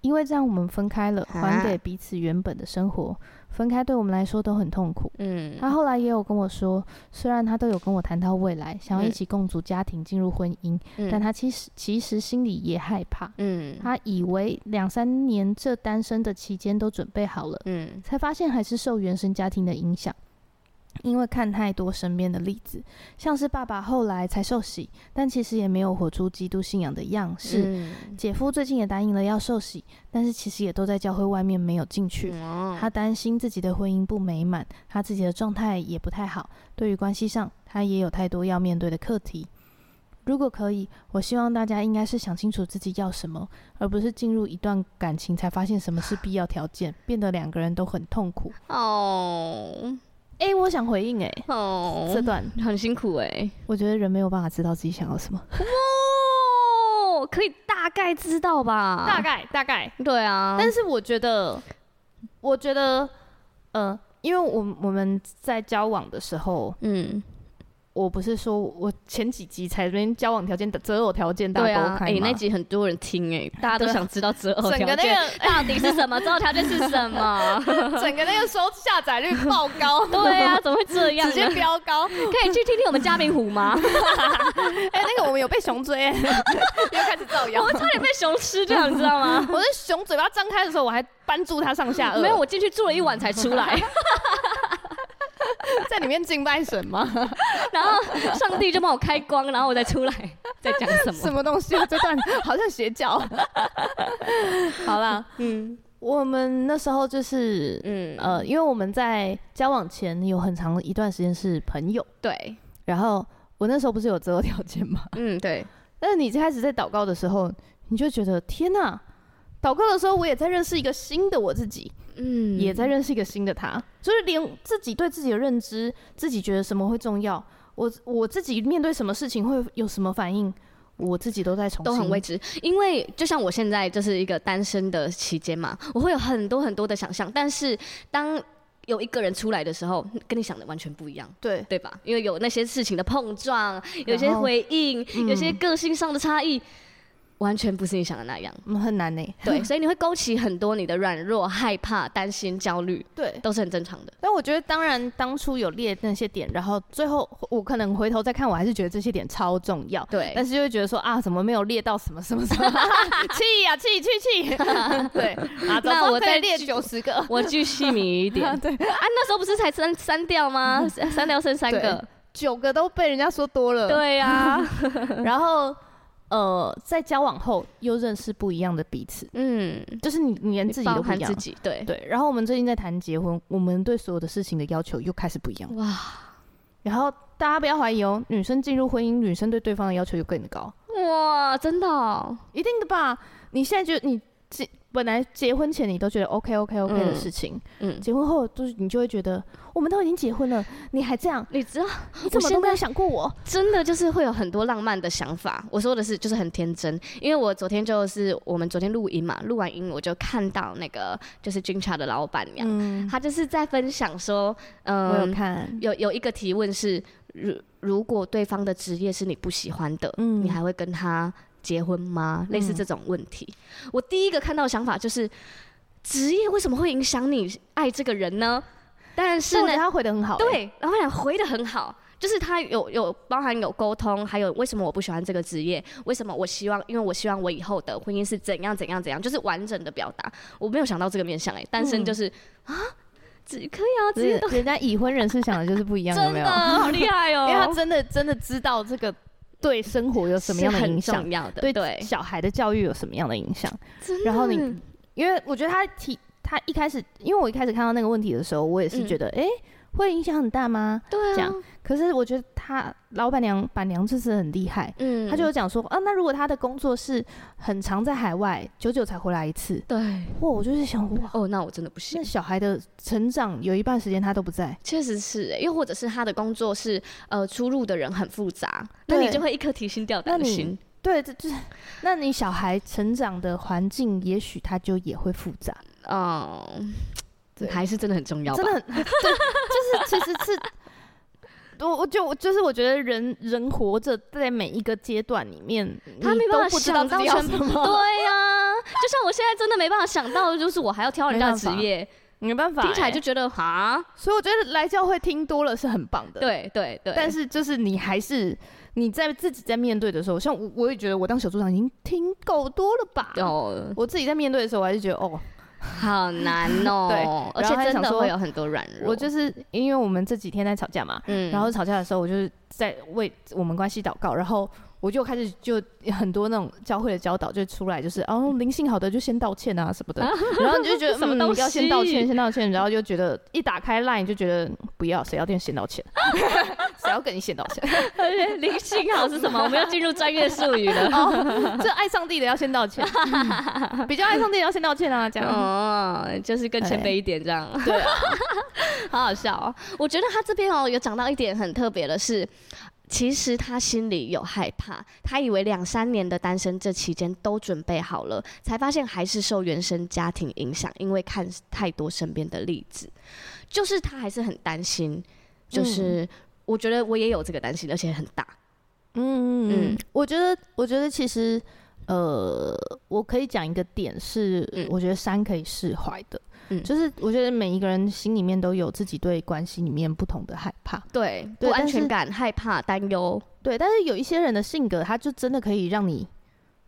[SPEAKER 1] 因为这样我们分开了，
[SPEAKER 2] 啊
[SPEAKER 1] 还给彼此原本的生活。分开对我们来说都很痛苦。
[SPEAKER 2] 嗯
[SPEAKER 1] 他后来也有跟我说，虽然他都有跟我谈到未来，想要
[SPEAKER 2] 嗯
[SPEAKER 1] 一起共组家庭、进入婚姻，
[SPEAKER 2] 嗯
[SPEAKER 1] 但他其实其实心里也害怕。
[SPEAKER 2] 嗯
[SPEAKER 1] 他以为两三年这单身的期间都准备好了，
[SPEAKER 2] 嗯
[SPEAKER 1] 才发现还是受原生家庭的影响。因为看太多身边的例子，像是爸爸后来才受洗，但其实也没有活出基督信仰的样式。
[SPEAKER 2] 嗯
[SPEAKER 1] 姐夫最近也答应了要受洗，但是其实也都在教会外面没有进去。
[SPEAKER 2] 哦
[SPEAKER 1] 他担心自己的婚姻不美满，他自己的状态也不太好，对于关系上他也有太多要面对的课题。如果可以，我希望大家应该是想清楚自己要什么，而不是进入一段感情才发现什么是必要条件，变得两个人都很痛苦。
[SPEAKER 2] 哦
[SPEAKER 1] 诶，我想回应诶，这
[SPEAKER 2] 哦，
[SPEAKER 1] 段
[SPEAKER 2] 很辛苦哎。
[SPEAKER 1] 我觉得人没有办法知道自己想要什么。
[SPEAKER 2] 哦，可以大概知道吧？
[SPEAKER 1] 大概大概，
[SPEAKER 2] 对啊，
[SPEAKER 1] 但是我觉得，我觉得，呃，因为我我们在交往的时候，
[SPEAKER 2] 嗯，
[SPEAKER 1] 我不是说我前几集才边交往条件择偶条件大
[SPEAKER 2] 对啊
[SPEAKER 1] 公，开
[SPEAKER 2] 哎，
[SPEAKER 1] 吗？
[SPEAKER 2] 那集很多人听哎， [LAUGHS] 大家都
[SPEAKER 1] 对啊
[SPEAKER 2] 想知道择偶
[SPEAKER 1] 整
[SPEAKER 2] 条
[SPEAKER 1] 个那
[SPEAKER 2] 件
[SPEAKER 1] 个
[SPEAKER 2] 到底是什么，择偶条件是什 [LAUGHS] 么？
[SPEAKER 1] 整个那个收下载率爆高，
[SPEAKER 2] [LAUGHS] 对啊，怎么会这
[SPEAKER 1] [LAUGHS]
[SPEAKER 2] 样
[SPEAKER 1] 直接
[SPEAKER 2] 呢？
[SPEAKER 1] 飙
[SPEAKER 2] [LAUGHS]
[SPEAKER 1] 高。
[SPEAKER 2] 可以去听听我们嘉明湖吗？
[SPEAKER 1] 哎、那个我们有被熊追、欸， [LAUGHS] 又开始造谣
[SPEAKER 2] [LAUGHS] 我。差点被熊吃掉，你知道吗？
[SPEAKER 1] 我是熊嘴巴张开的时候，我还扳住它上下颚。
[SPEAKER 2] 没有，我进去住了一晚才出 [LAUGHS] 来，
[SPEAKER 1] 在里面敬拜神吗？
[SPEAKER 2] [LAUGHS] 然后上帝就帮我开光，然后我再出来，在讲什
[SPEAKER 1] 什
[SPEAKER 2] 么？
[SPEAKER 1] 么东西啊？这段好像邪教。
[SPEAKER 2] [LAUGHS]
[SPEAKER 1] 好啦，
[SPEAKER 2] 嗯
[SPEAKER 1] [LAUGHS] 我们那时候就是，
[SPEAKER 2] 嗯
[SPEAKER 1] 呃，因为我们在交往前有很长一段时间是朋友，
[SPEAKER 2] 对，
[SPEAKER 1] 然后我那时候不是有择偶条件吗？
[SPEAKER 2] 嗯对，
[SPEAKER 1] 但是你开始在祷告的时候，你就觉得天哪、祷告的时候，我也在认识一个新的我自己，
[SPEAKER 2] 嗯
[SPEAKER 1] 也在认识一个新的他，就是连自己对自己的认知，自己觉得什么会重要，我我自己面对什么事情会有什么反应，我自己都在重新
[SPEAKER 2] 都很未知，因为就像我现在就是一个单身的期间嘛，我会有很多很多的想象，但是当有一个人出来的时候，跟你想的完全不一样。
[SPEAKER 1] 对
[SPEAKER 2] 对吧？因为有那些事情的碰撞，有些
[SPEAKER 1] 然后
[SPEAKER 2] 回应，有些
[SPEAKER 1] 嗯
[SPEAKER 2] 个性上的差异，完全不是你想的那样。
[SPEAKER 1] 嗯很难呢、 [LAUGHS]
[SPEAKER 2] 对，所以你会勾起很多你的软弱、害怕、担心、焦虑，
[SPEAKER 1] 对，
[SPEAKER 2] 都是很正常的。
[SPEAKER 1] 但我觉得当然当初有列那些点，然后最后我可能回头再看，我还是觉得这些点超重要。
[SPEAKER 2] 对
[SPEAKER 1] 但是就会觉得说啊，怎么没有列到什么什么什么， [LAUGHS] 气呀气气气，对啊，早知道
[SPEAKER 2] 那我
[SPEAKER 1] 可以
[SPEAKER 2] 再
[SPEAKER 1] 列
[SPEAKER 2] 去
[SPEAKER 1] 九十
[SPEAKER 2] [LAUGHS]
[SPEAKER 1] 个，
[SPEAKER 2] 我巨细
[SPEAKER 1] [LAUGHS]
[SPEAKER 2] 迷一点啊，
[SPEAKER 1] 对，
[SPEAKER 2] 那时候不是才删删掉
[SPEAKER 1] [LAUGHS]
[SPEAKER 2] 吗？删掉剩三个，
[SPEAKER 1] 九个都被人家说多了，
[SPEAKER 2] 对啊呀，
[SPEAKER 1] 啊然后呃，在交往后又认识不一样的彼此，
[SPEAKER 2] 嗯，
[SPEAKER 1] 就是你你连自己
[SPEAKER 2] 包
[SPEAKER 1] 都不一
[SPEAKER 2] 含
[SPEAKER 1] 样
[SPEAKER 2] 自。己，对，
[SPEAKER 1] 对，然后我们最近在谈结婚，我们对所有的事情的要求又开始不一样了。
[SPEAKER 2] 哇
[SPEAKER 1] 然后大家不要怀疑哦，女生进入婚姻，女生对对方的要求又更高，
[SPEAKER 2] 哇，真的哦，
[SPEAKER 1] 一定的吧？你现在觉得你结本来结婚前你都觉得 OK OK OK 的
[SPEAKER 2] 嗯
[SPEAKER 1] 事情，
[SPEAKER 2] 嗯，
[SPEAKER 1] 结婚后就是你就会觉得我们都已经结婚了，你还这样，
[SPEAKER 2] 你知道
[SPEAKER 1] 你怎么
[SPEAKER 2] 现
[SPEAKER 1] 都没有
[SPEAKER 2] 在
[SPEAKER 1] 想过我？
[SPEAKER 2] 真的就是会有很多浪漫的想法。我说的是，就是很天真，因为我昨天就是我们昨天录音嘛，录完音我就看到那个就是军茶的老板娘，
[SPEAKER 1] 嗯，
[SPEAKER 2] 她就是在分享说，嗯，
[SPEAKER 1] 我有看，
[SPEAKER 2] 有有一个提问是，如如果对方的职业是你不喜欢的，
[SPEAKER 1] 嗯
[SPEAKER 2] 你还会跟他结婚吗？类似这种问题，我第一个看到的想法就是，职业为什么会影响你爱这个人呢？但是
[SPEAKER 1] 但我觉
[SPEAKER 2] 呢
[SPEAKER 1] 得，他回的很好、欸，
[SPEAKER 2] 对，老板娘回的很好，就是他有有包含有沟通，还有为什么我不喜欢这个职业，为什么我希望，因为我希望我以后的婚姻是怎样怎样怎样，就是完整的表达。我没有想到这个面向哎、单
[SPEAKER 1] 嗯
[SPEAKER 2] 身就是、啊，只可以啊，
[SPEAKER 1] 就
[SPEAKER 2] 职业
[SPEAKER 1] 是
[SPEAKER 2] 都
[SPEAKER 1] 人家已婚人士想的就是不一样，有
[SPEAKER 2] 真
[SPEAKER 1] 没有
[SPEAKER 2] 的？好厉害哦、
[SPEAKER 1] [LAUGHS] 因为他真的真的知道这个对生活有什么样的
[SPEAKER 2] 是
[SPEAKER 1] 影
[SPEAKER 2] 很
[SPEAKER 1] 响
[SPEAKER 2] 重，要的，
[SPEAKER 1] 对
[SPEAKER 2] 对，嗯
[SPEAKER 1] 小孩的教育有什么样的影响。
[SPEAKER 2] 真的
[SPEAKER 1] 然后你，因为我觉得他提他一开始，因为我一开始看到那个问题的时候，我也是
[SPEAKER 2] 嗯
[SPEAKER 1] 觉得，诶，会影响很大吗？
[SPEAKER 2] 对啊，
[SPEAKER 1] 这样可是我觉得他老板娘板娘就是很厉害，
[SPEAKER 2] 嗯，
[SPEAKER 1] 她就有讲说，啊，那如果他的工作是很常在海外，久久才回来一次，
[SPEAKER 2] 对，
[SPEAKER 1] 哇，我就是想，哇，
[SPEAKER 2] 哦，那我真的不行
[SPEAKER 1] 那。小孩的成长有一半时间他都不在，
[SPEAKER 2] 确实是欸、又或者是他的工作是呃出入的人很复杂，那你
[SPEAKER 1] 对
[SPEAKER 2] 就会一颗提心吊胆的
[SPEAKER 1] 那你
[SPEAKER 2] 心。
[SPEAKER 1] 对，这就是， [LAUGHS] 那你小孩成长的环境，也许他就也会复杂，
[SPEAKER 2] 嗯，
[SPEAKER 1] 对
[SPEAKER 2] 还是真的很重要吧，
[SPEAKER 1] 真 [LAUGHS] 的很，对，就是其实是，我我就我就是我觉得人人活着在每一个阶段里面，
[SPEAKER 2] 他
[SPEAKER 1] 你
[SPEAKER 2] 没
[SPEAKER 1] 都
[SPEAKER 2] 办法
[SPEAKER 1] 不知道
[SPEAKER 2] 想
[SPEAKER 1] 自
[SPEAKER 2] 到
[SPEAKER 1] 己要
[SPEAKER 2] 全
[SPEAKER 1] 什
[SPEAKER 2] 部。
[SPEAKER 1] 么，
[SPEAKER 2] 对呀、就像我现在真的没办法想到，就是我还要挑人家的职
[SPEAKER 1] [LAUGHS]
[SPEAKER 2] 业，
[SPEAKER 1] 没办法欸、
[SPEAKER 2] 听起来就觉得哈，
[SPEAKER 1] 所以我觉得来教会听多了是很棒的，，
[SPEAKER 2] 对对对，
[SPEAKER 1] 但是就是你还是。你在自己在面对的时候，像我，我也觉得我当小组长已经听够多了吧。
[SPEAKER 2] 哦，
[SPEAKER 1] 我自己在面对的时候，我还是觉得哦，
[SPEAKER 2] 好难
[SPEAKER 1] [LAUGHS]
[SPEAKER 2] 哦、
[SPEAKER 1] 对
[SPEAKER 2] 而
[SPEAKER 1] 然后还
[SPEAKER 2] 且真
[SPEAKER 1] 想
[SPEAKER 2] 的
[SPEAKER 1] 说
[SPEAKER 2] 会有很多软弱，
[SPEAKER 1] 我就是因为我们这几天在吵架嘛，
[SPEAKER 2] 嗯
[SPEAKER 1] 然后吵架的时候，我就是在为我们关系祷告，然后我就开始就很多那种教会的教导就出来，就是
[SPEAKER 2] 嗯
[SPEAKER 1] 哦灵性好的就先道歉啊什么
[SPEAKER 2] [LAUGHS]
[SPEAKER 1] 的，然后你就觉得
[SPEAKER 2] 什么
[SPEAKER 1] 嗯
[SPEAKER 2] 东西
[SPEAKER 1] 要嗯先道歉，先道歉，然后就觉得一打开 [LAUGHS] LINE 就觉得不要，谁要先先道歉，谁要跟你显导向？
[SPEAKER 2] 而且 [LAUGHS] 灵性好是什么？我们要进入专业术语
[SPEAKER 1] [LAUGHS]
[SPEAKER 2] 了。
[SPEAKER 1] 哦，就爱上帝的要先道 [LAUGHS] 歉，比较爱上帝的要先道歉啊，这样。
[SPEAKER 2] 哦，就是更谦卑一点这样。
[SPEAKER 1] 对啊，
[SPEAKER 2] [LAUGHS] 好好笑哦！我觉得他这边哦有讲到一点很特别的是，其实他心里有害怕，他以为两三年的单身这期间都准备好了，才发现还是受原生家庭影响，因为看太多身边的例子，就是他还是很担心，就是。我觉得我也有这个担心，而且很大。
[SPEAKER 1] 嗯
[SPEAKER 2] 嗯
[SPEAKER 1] 嗯，我觉得，我觉得其实，呃，我可以讲一个点是，
[SPEAKER 2] 嗯
[SPEAKER 1] 我觉得山可以释怀的，
[SPEAKER 2] 嗯
[SPEAKER 1] 就是我觉得每一个人心里面都有自己对关系里面不同的害怕，
[SPEAKER 2] 对，不
[SPEAKER 1] 对
[SPEAKER 2] 安
[SPEAKER 1] 但是
[SPEAKER 2] 全感、害怕、担
[SPEAKER 1] [LAUGHS]
[SPEAKER 2] 忧，
[SPEAKER 1] 对，但是有一些人的性格，他就真的可以让你，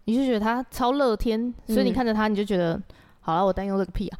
[SPEAKER 1] 你就觉得他超乐天，所以你
[SPEAKER 2] 嗯
[SPEAKER 1] 看着他，你就觉得，好了，我担忧这个屁啊。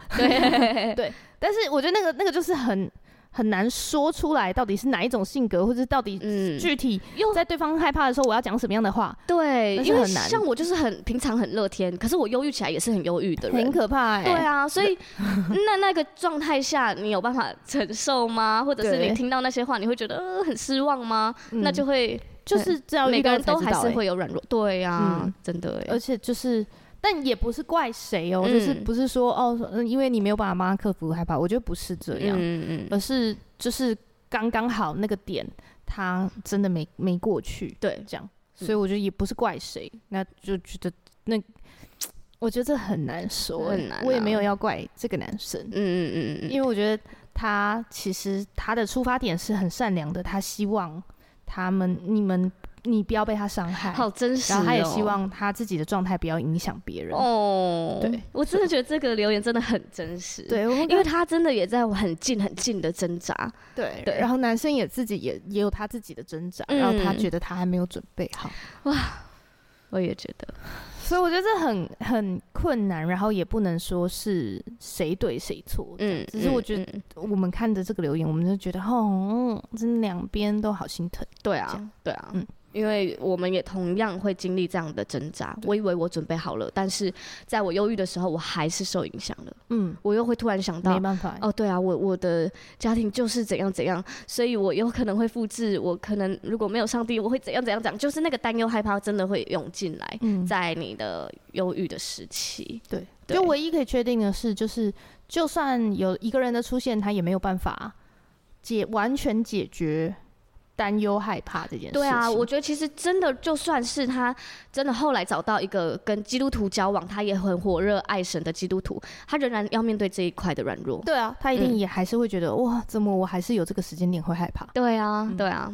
[SPEAKER 2] 对
[SPEAKER 1] 但是我觉得那个那个就是很很难说出来，到底是哪一种性格，或者到底
[SPEAKER 2] 嗯
[SPEAKER 1] 具体
[SPEAKER 2] 又
[SPEAKER 1] 在对方害怕的时候，我要讲什么样的话，
[SPEAKER 2] 对，
[SPEAKER 1] 但是
[SPEAKER 2] 因为
[SPEAKER 1] 很难
[SPEAKER 2] 像我就是很平常很乐天，可是我忧郁起来也是很忧郁的人
[SPEAKER 1] 很，可怕哎、
[SPEAKER 2] 对啊，所
[SPEAKER 1] [LAUGHS]
[SPEAKER 2] 以那那个状态下，你有办法承受吗？或者是你
[SPEAKER 1] 对
[SPEAKER 2] 听到那些话，你会觉得、呃、很失望吗？
[SPEAKER 1] 嗯，
[SPEAKER 2] 那就会
[SPEAKER 1] 就是这样，
[SPEAKER 2] 每个人都还是，会有软弱。对呀、
[SPEAKER 1] 欸嗯
[SPEAKER 2] 真的欸耶、
[SPEAKER 1] 而且就是。但也不是怪谁哦，
[SPEAKER 2] 嗯
[SPEAKER 1] 就是不是说哦，嗯因为你没有办法帮他克服害怕，我觉得不是这样，
[SPEAKER 2] 嗯嗯嗯，
[SPEAKER 1] 而是就是刚刚好那个点，他真的没没过去，
[SPEAKER 2] 对，
[SPEAKER 1] 这样，
[SPEAKER 2] 嗯
[SPEAKER 1] 所以我觉得也不是怪谁，那就觉得那，我觉得这很难说、欸
[SPEAKER 2] 很难啊
[SPEAKER 1] 我也没有要怪这个男生，
[SPEAKER 2] 嗯嗯嗯嗯嗯，
[SPEAKER 1] 因为我觉得他其实他的出发点是很善良的，他希望他们你们你不要被他伤害，
[SPEAKER 2] 好真实、哦。
[SPEAKER 1] 然后他也希望他自己的状态不要影响别人。
[SPEAKER 2] 哦，
[SPEAKER 1] 对，
[SPEAKER 2] 我真的觉得这个留言真的很真实。。
[SPEAKER 1] 对，我
[SPEAKER 2] 因
[SPEAKER 1] 因
[SPEAKER 2] 为
[SPEAKER 1] 为
[SPEAKER 2] 他真的也在很近很近的挣扎，
[SPEAKER 1] 对
[SPEAKER 2] 对
[SPEAKER 1] 然后男生也自己也也有他自己的挣扎，
[SPEAKER 2] 嗯
[SPEAKER 1] 然后他觉得他还没有准备好，
[SPEAKER 2] 我也觉得，
[SPEAKER 1] 所以我觉得这很很困难，然后也不能说是谁对谁错，嗯
[SPEAKER 2] 嗯，，
[SPEAKER 1] 只是我觉得
[SPEAKER 2] 得、嗯
[SPEAKER 1] 我们看着这个留言，我们就觉得哦，真的两边都好心疼，
[SPEAKER 2] 对
[SPEAKER 1] 这
[SPEAKER 2] 啊
[SPEAKER 1] 样，
[SPEAKER 2] 对啊，
[SPEAKER 1] 嗯
[SPEAKER 2] 因为我们也同样会经历这样的挣扎。我以为我准备好了，但是在我忧郁的时候，我还是受影响了。
[SPEAKER 1] 嗯，
[SPEAKER 2] 我又会突然想
[SPEAKER 1] 没
[SPEAKER 2] 到，
[SPEAKER 1] 办法，
[SPEAKER 2] 哦，对啊，我我的家庭就是怎样怎样，所以我有可能会复制。我可能如果没有上帝，我会怎样怎样讲，就是那个担忧害怕真的会涌进来，
[SPEAKER 1] 嗯，
[SPEAKER 2] 在你的忧郁的时期。
[SPEAKER 1] 对，
[SPEAKER 2] 对
[SPEAKER 1] 就唯一可以确定的是，就是就算有一个人的出现，他也没有办法解完全解决担忧、害怕这件事情。
[SPEAKER 2] 对啊，我觉得其实真的，就算是他真的后来找到一个跟基督徒交往，他也很火热爱神的基督徒，他仍然要面对这一块的软弱。
[SPEAKER 1] 对啊，他一定
[SPEAKER 2] 嗯
[SPEAKER 1] 也还是会觉得、哇，怎么我还是有这个时间点会害怕？
[SPEAKER 2] 对啊，
[SPEAKER 1] 嗯
[SPEAKER 2] 对啊。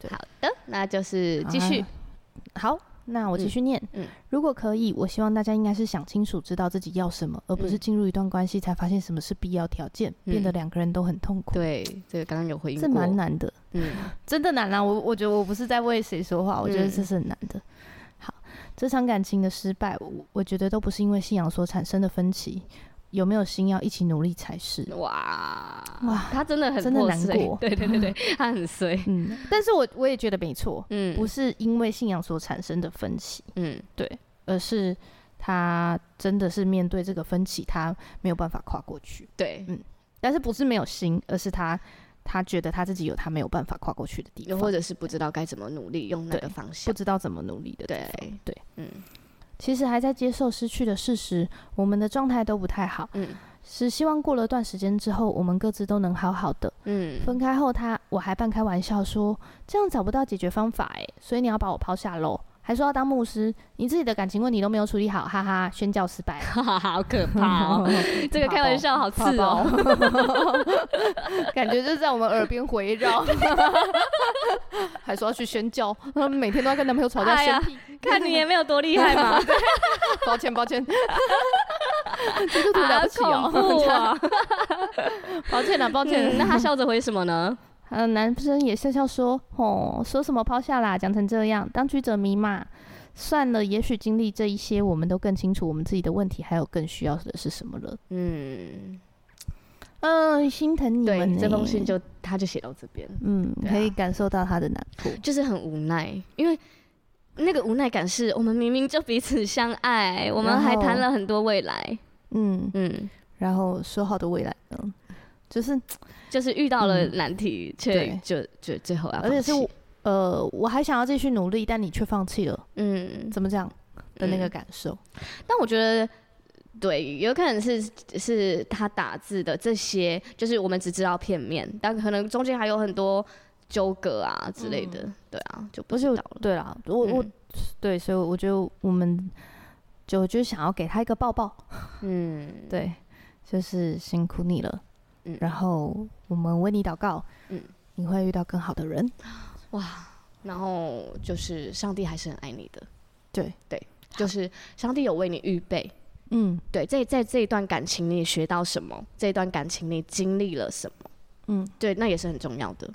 [SPEAKER 1] 对
[SPEAKER 2] 好的，那就是呃继续。
[SPEAKER 1] 啊好，那我继续念。
[SPEAKER 2] 嗯嗯
[SPEAKER 1] 如果可以，我希望大家应该是想清楚，知道自己要什么，而不是
[SPEAKER 2] 嗯
[SPEAKER 1] 进入一段关系才发现什么是必要条件，变得
[SPEAKER 2] 嗯
[SPEAKER 1] 两个人都很痛苦。，
[SPEAKER 2] 对，这个刚刚有回应
[SPEAKER 1] 这
[SPEAKER 2] 过
[SPEAKER 1] 蛮难的。
[SPEAKER 2] 嗯
[SPEAKER 1] 真的难啦、啊我我觉得我不是在为谁说话，我觉得
[SPEAKER 2] 嗯
[SPEAKER 1] 这是很难的。好，这场感情的失败，我我觉得都不是因为信仰所产生的分歧，有没有心要一起努力才是。
[SPEAKER 2] 哇
[SPEAKER 1] 哇
[SPEAKER 2] 他真的很
[SPEAKER 1] 真的
[SPEAKER 2] 破
[SPEAKER 1] 难
[SPEAKER 2] 碎
[SPEAKER 1] 过
[SPEAKER 2] 对对对 [LAUGHS] 对，他很碎。
[SPEAKER 1] 嗯，但是我我也觉得没错，
[SPEAKER 2] 嗯，
[SPEAKER 1] 不是因为信仰所产生的分歧，
[SPEAKER 2] 嗯，
[SPEAKER 1] 而是他真的是面对这个分歧，他没有办法跨过去。
[SPEAKER 2] 对，
[SPEAKER 1] 但是不是没有心，而是他他觉得他自己有他没有办法跨过去的地
[SPEAKER 2] 又
[SPEAKER 1] 方，
[SPEAKER 2] 或者是不知道该怎么努力，用那
[SPEAKER 1] 对
[SPEAKER 2] 个方向
[SPEAKER 1] 不。知道怎么努力的地
[SPEAKER 2] 对
[SPEAKER 1] 方。对，
[SPEAKER 2] 嗯
[SPEAKER 1] 其实还在接受失去的事实，我们的状态都不太好，
[SPEAKER 2] 嗯
[SPEAKER 1] 是希望过了段时间之后，我们各自都能好好的。
[SPEAKER 2] 嗯， [LAUGHS]
[SPEAKER 1] 分开后他，我还半开玩笑说，这样找不到解决方法诶、所以你要把我抛下喽，还说要当牧师，你自己的感情问题都没有处理好，哈哈，宣教失
[SPEAKER 2] [LAUGHS]
[SPEAKER 1] 败。
[SPEAKER 2] 哈哈，好可怕 [LAUGHS] 哦！这个开玩笑好刺
[SPEAKER 1] 怕爆
[SPEAKER 2] 哦。， [LAUGHS]
[SPEAKER 1] 感觉就在我们耳边回绕， [LAUGHS] 还说要去宣教，每天都要跟男朋友吵架，
[SPEAKER 2] 哎呀
[SPEAKER 1] 宣屁
[SPEAKER 2] [LAUGHS] 看你也没有多厉害 [LAUGHS] 嘛，
[SPEAKER 1] 抱歉抱
[SPEAKER 2] [LAUGHS]
[SPEAKER 1] 歉，基督徒了
[SPEAKER 2] 好
[SPEAKER 1] 不起
[SPEAKER 2] [LAUGHS]
[SPEAKER 1] 哦
[SPEAKER 2] 恐，怖啊！
[SPEAKER 1] 抱歉啦抱歉。
[SPEAKER 2] 嗯那他笑着回什么呢？
[SPEAKER 1] 呃，男生也笑笑说：“哦，说什么抛下啦，讲成这样，当局者迷嘛。算了，也许经历这一些，我们都更清楚我们自己的问题，还有更需要的是什么了。
[SPEAKER 2] 嗯，
[SPEAKER 1] 嗯、心疼你
[SPEAKER 2] 对
[SPEAKER 1] 们、，
[SPEAKER 2] 这封信，就他就写到这边，
[SPEAKER 1] 嗯，
[SPEAKER 2] 对啊
[SPEAKER 1] 可以感受到他的难过。
[SPEAKER 2] 就是很无奈，因为那个无奈感是我们明明就彼此相爱，我们
[SPEAKER 1] 然后
[SPEAKER 2] 还谈了很多未来，
[SPEAKER 1] 嗯，
[SPEAKER 2] 嗯，
[SPEAKER 1] 然后说好的未来呢？就是
[SPEAKER 2] 就是遇到了难题，却、
[SPEAKER 1] 对
[SPEAKER 2] 就就最后要
[SPEAKER 1] 而且是
[SPEAKER 2] 放弃
[SPEAKER 1] 我呃，我还想要继续努力，但你却放弃了，
[SPEAKER 2] 嗯，
[SPEAKER 1] 怎么讲的那个
[SPEAKER 2] 嗯
[SPEAKER 1] 感受？
[SPEAKER 2] 但我觉得，对，有可能是是他打字的这些，就是我们只知道片面，但可能中间还有很多纠葛啊之类的。对啊，就不
[SPEAKER 1] 而
[SPEAKER 2] 知
[SPEAKER 1] 且
[SPEAKER 2] 道
[SPEAKER 1] 我
[SPEAKER 2] 了。
[SPEAKER 1] 对啦，我我
[SPEAKER 2] 嗯
[SPEAKER 1] 对，所以我就我们就就想要给他一个抱抱，
[SPEAKER 2] 嗯，
[SPEAKER 1] 对，就是辛苦你了，
[SPEAKER 2] 嗯
[SPEAKER 1] 然后我们为你祷告，
[SPEAKER 2] 嗯
[SPEAKER 1] 你会遇到更好的人，
[SPEAKER 2] 然后就是上帝还是很爱你的，
[SPEAKER 1] 对
[SPEAKER 2] 对，就是上帝有为你预备。
[SPEAKER 1] 嗯
[SPEAKER 2] 对，在在这一段感情你学到什么？这一段感情你经历了什么？
[SPEAKER 1] 嗯，
[SPEAKER 2] 对，那也是很重要的。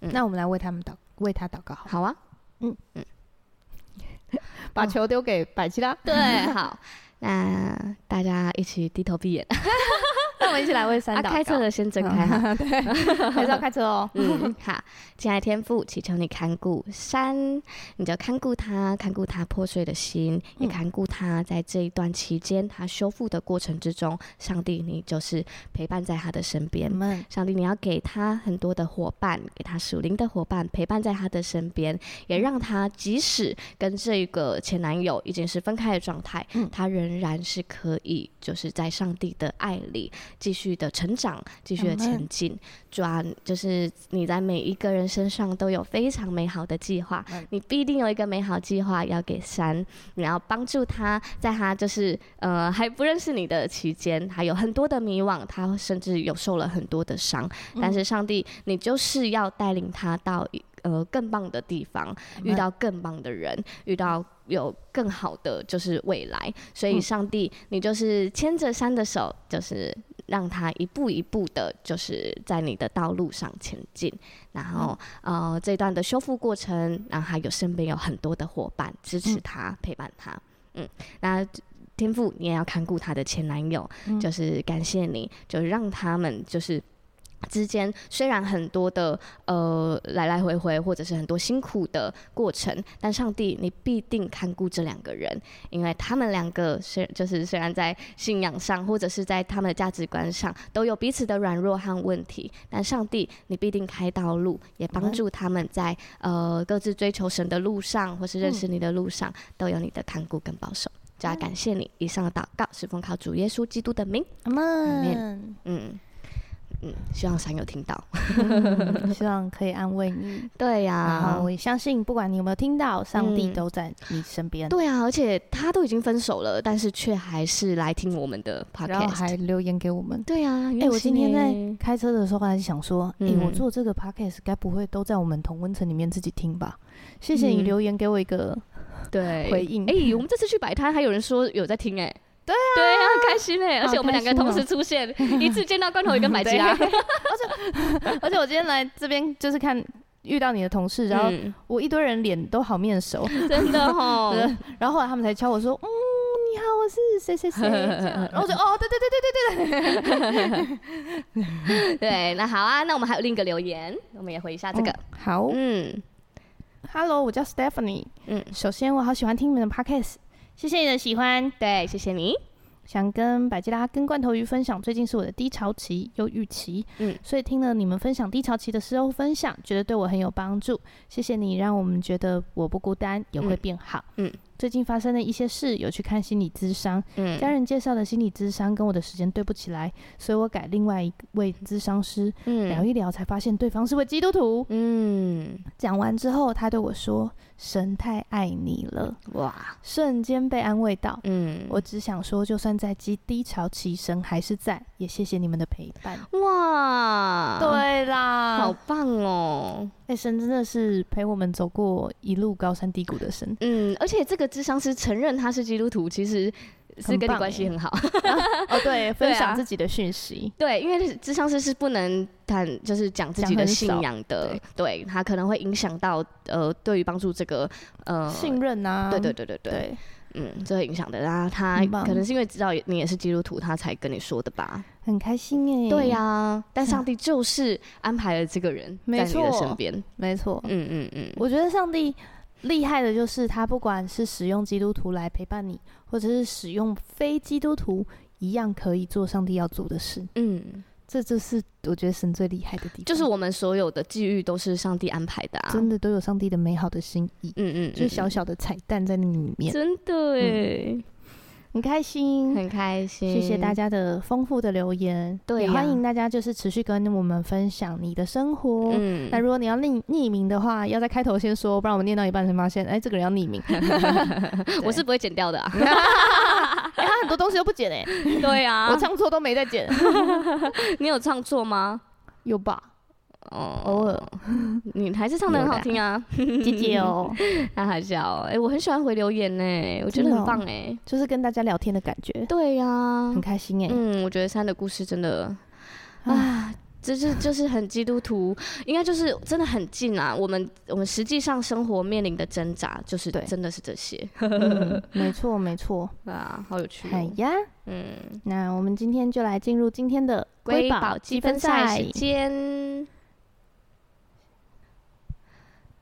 [SPEAKER 2] 嗯
[SPEAKER 1] 那我们来为他们祷为他祷告好了，
[SPEAKER 2] 好啊，
[SPEAKER 1] 把
[SPEAKER 2] 哦
[SPEAKER 1] 球丢给百吉拉，
[SPEAKER 2] 对，好， [LAUGHS] 那大家一起低头闭眼。
[SPEAKER 1] [LAUGHS] 那我们一起来为三
[SPEAKER 2] 啊，
[SPEAKER 1] 祷告，
[SPEAKER 2] 开车的先睁开哈。
[SPEAKER 1] 还是要开车 [LAUGHS] 哦，
[SPEAKER 2] 嗯，好，亲爱的天父，祈求你看顾山，你就看顾他，看顾他破碎的心，也
[SPEAKER 1] 嗯
[SPEAKER 2] 看顾他在这一段期间他修复的过程之中，上帝，你就是陪伴在他的身边。
[SPEAKER 1] 们
[SPEAKER 2] 上帝，你要给他很多的伙伴，给他属灵的伙伴陪伴在他的身边，也让他即使跟这个前男友已经是分开的状态，
[SPEAKER 1] 嗯
[SPEAKER 2] 他仍然是可以就是在上帝的爱里继续的成长，继续的
[SPEAKER 1] Amen
[SPEAKER 2] 前进。主啊，就是你在每一个人身上都有非常美好的计划
[SPEAKER 1] Amen，
[SPEAKER 2] 你必定有一个美好计划要给山，你要帮助他，在他就是呃还不认识你的期间，还有很多的迷惘，他甚至有受了很多的伤。
[SPEAKER 1] 嗯
[SPEAKER 2] 但是上帝，你就是要带领他到一呃更棒的地方，遇到更棒的人，遇到有更好的就是未来。所以，
[SPEAKER 1] 嗯
[SPEAKER 2] 上帝，你就是牵着山的手，就是让他一步一步的，就是在你的道路上前进。然后，
[SPEAKER 1] 嗯
[SPEAKER 2] 呃，这段的修复过程，让他有身边有很多的伙伴支持
[SPEAKER 1] 嗯
[SPEAKER 2] 他、陪伴他。嗯，那天赋，你也要看顾她的前男友，
[SPEAKER 1] 嗯
[SPEAKER 2] 就是感谢你，就让他们就是。之间虽然很多的呃来来回回，或者是很多辛苦的过程，但上帝你必定看顾这两个人，因为他们两个虽就是虽然在信仰上或者是在他们的价值观上都有彼此的软弱和问题，但上帝你必定开道路，也帮
[SPEAKER 1] Amen
[SPEAKER 2] 助他们在呃各自追求神的路上，或是认识你的路上，都有你的看顾跟保守。主要感
[SPEAKER 1] 嗯
[SPEAKER 2] 谢你，以上的祷告是奉靠主耶稣基督的名。
[SPEAKER 1] 阿们，
[SPEAKER 2] 嗯嗯，希望神有
[SPEAKER 1] [LAUGHS]
[SPEAKER 2] 听到。
[SPEAKER 1] 希望可以安慰你。 [LAUGHS]
[SPEAKER 2] 对呀、
[SPEAKER 1] 然后我也相信，不管你有没有听到，上帝
[SPEAKER 2] 嗯
[SPEAKER 1] 都在你身边。
[SPEAKER 2] 对啊，而且他都已经分手了，但是却还是来听我们的
[SPEAKER 1] 然后
[SPEAKER 2] podcast。
[SPEAKER 1] 还留言给我们。
[SPEAKER 2] 对啊，哎、
[SPEAKER 1] 哎、我今天在开车的时候还是想说，哎、
[SPEAKER 2] 嗯
[SPEAKER 1] 我做这个 podcast 该不会都在我们同温层里面自己听吧？谢谢你
[SPEAKER 2] 嗯
[SPEAKER 1] 留言给我一个，
[SPEAKER 2] 对
[SPEAKER 1] 回应
[SPEAKER 2] 哎、我们这次去摆摊，还有人说有在听哎、对啊，对啊，很开心哎、而且我们两个
[SPEAKER 1] 哦
[SPEAKER 2] 同时出现，一次见到罐头鱼跟百
[SPEAKER 1] [LAUGHS]
[SPEAKER 2] 吉拉，
[SPEAKER 1] [LAUGHS] 而且我今天来这边就是看遇到你的同事，然后
[SPEAKER 2] 嗯、
[SPEAKER 1] 我一堆人脸都好面熟，
[SPEAKER 2] 真的哦吼，
[SPEAKER 1] [LAUGHS] 然后后来他们才敲我说，嗯，你好，我是谁谁 [LAUGHS] 谁，这样然后我就哦，对对对对对对。
[SPEAKER 2] [LAUGHS] 对，那好啊，那我们还有另一个留言，我们也回一
[SPEAKER 1] 啊
[SPEAKER 2] 下这
[SPEAKER 1] 哦
[SPEAKER 2] 个，
[SPEAKER 1] 好
[SPEAKER 2] 嗯，
[SPEAKER 1] ，Hello，我叫 Stephanie，
[SPEAKER 2] 嗯
[SPEAKER 1] 嗯，首先我好喜欢听你们的 podcast，谢谢你的喜欢。
[SPEAKER 2] 对，谢谢你，
[SPEAKER 1] 想跟百吉拉跟罐头鱼分享，最近是我的低潮期、忧郁期，
[SPEAKER 2] 嗯
[SPEAKER 1] 嗯，所以听了你们分享低潮期的时候分享，觉得对我很有帮助。谢谢你让我们觉得我不孤单，也会变好。
[SPEAKER 2] 嗯
[SPEAKER 1] 嗯，最近发生的一些事，有去看心理咨商，
[SPEAKER 2] 嗯
[SPEAKER 1] 家人介绍的心理咨商跟我的时间对不起来，所以我改另外一位咨商师聊
[SPEAKER 2] 嗯
[SPEAKER 1] 一聊，才发现对方是位基督徒。
[SPEAKER 2] 嗯，
[SPEAKER 1] 讲完之后，他对我说：“神太爱你了。
[SPEAKER 2] 哇”，
[SPEAKER 1] 瞬间被安慰到。
[SPEAKER 2] 嗯，
[SPEAKER 1] 我只想说，就算在低低潮期，神还是在，也谢谢你们的陪伴。
[SPEAKER 2] 哇，，
[SPEAKER 1] 对啊啦，好，
[SPEAKER 2] 好棒哦，，
[SPEAKER 1] 哎、神真的是陪我们走过一路高山低谷的神
[SPEAKER 2] [LAUGHS] 嗯，而且这个智商师承认他是基督徒，其实是
[SPEAKER 1] 很
[SPEAKER 2] 跟你
[SPEAKER 1] 棒
[SPEAKER 2] 关系
[SPEAKER 1] 哎
[SPEAKER 2] 很好。 [LAUGHS]
[SPEAKER 1] 哦，对，分
[SPEAKER 2] 对啊
[SPEAKER 1] 享自己的讯息，
[SPEAKER 2] 对，因为智商师是不能谈，就是讲自己
[SPEAKER 1] 讲
[SPEAKER 2] 的
[SPEAKER 1] 哦很
[SPEAKER 2] 信
[SPEAKER 1] 少
[SPEAKER 2] 仰的，对他可能会影响到呃，对于帮助这个呃，
[SPEAKER 1] 信任啊，
[SPEAKER 2] 对对对对对，
[SPEAKER 1] 对，
[SPEAKER 2] 嗯，这会影响的。然后他
[SPEAKER 1] 很棒
[SPEAKER 2] 可能是因为知道你也是基督徒，他才跟你说的吧？
[SPEAKER 1] 很开心耶、
[SPEAKER 2] 对呀、、但
[SPEAKER 1] 是啊
[SPEAKER 2] 上帝就是安排了这个人
[SPEAKER 1] 没
[SPEAKER 2] 在你的
[SPEAKER 1] 错
[SPEAKER 2] 身边。
[SPEAKER 1] 没错，
[SPEAKER 2] 嗯嗯嗯，
[SPEAKER 1] 我觉得上帝厉害的就是他，不管是使用基督徒来陪伴你，或者是使用非基督徒，一样可以做上帝要做的事。
[SPEAKER 2] 嗯，
[SPEAKER 1] 这就是我觉得神最厉害的地方，
[SPEAKER 2] 就是我们所有的际遇都是上帝安排的啊。
[SPEAKER 1] 真的都有上帝的美好的心嗯意，
[SPEAKER 2] 嗯嗯，嗯
[SPEAKER 1] 就是小小的彩蛋在那里面，
[SPEAKER 2] 真的哎，
[SPEAKER 1] 很开心。
[SPEAKER 2] 很开心，
[SPEAKER 1] 谢谢大。家的丰富的留言，
[SPEAKER 2] 对
[SPEAKER 1] 也
[SPEAKER 2] 呀
[SPEAKER 1] 欢迎大家就是持续跟我们分享你的生活。
[SPEAKER 2] 嗯
[SPEAKER 1] 哦那如果你要匿匿名的话，要在开头先说，不然我们念到一半才发现，哎，这个人要
[SPEAKER 2] [LAUGHS]
[SPEAKER 1] 匿名。
[SPEAKER 2] 我是不会剪掉
[SPEAKER 1] [LAUGHS]
[SPEAKER 2] 的啊。
[SPEAKER 1] 哎，他很多东西都不剪哎、
[SPEAKER 2] 对 [LAUGHS] 啊
[SPEAKER 1] 我，唱错都没在剪，
[SPEAKER 2] 你有唱错吗？
[SPEAKER 1] 有吧？
[SPEAKER 2] [LAUGHS] 哦，
[SPEAKER 1] 偶尔，
[SPEAKER 2] 你还是唱的很好
[SPEAKER 1] [LAUGHS]
[SPEAKER 2] 听啊，
[SPEAKER 1] 姐姐哦，
[SPEAKER 2] 太好笑哦。哎，我很喜欢回留言呢，我觉
[SPEAKER 1] 真
[SPEAKER 2] 得
[SPEAKER 1] 的
[SPEAKER 2] 很
[SPEAKER 1] 哦
[SPEAKER 2] 棒哎。
[SPEAKER 1] [LAUGHS] 就是跟大家聊天的感觉，
[SPEAKER 2] 对呀
[SPEAKER 1] 很，开心哎、
[SPEAKER 2] 嗯，我觉得三的故事真的啊。就是就是很基督徒，应该就是真的很近啊。我们我们实际上生活面临的挣扎，就是
[SPEAKER 1] 对
[SPEAKER 2] 真的是这些
[SPEAKER 1] 嗯，没错没错。
[SPEAKER 2] 啊，好有趣、
[SPEAKER 1] 哎
[SPEAKER 2] 哦。
[SPEAKER 1] 呀，
[SPEAKER 2] 嗯，
[SPEAKER 1] 那我们今天就来进入今天的
[SPEAKER 2] 瑰宝积分赛时间。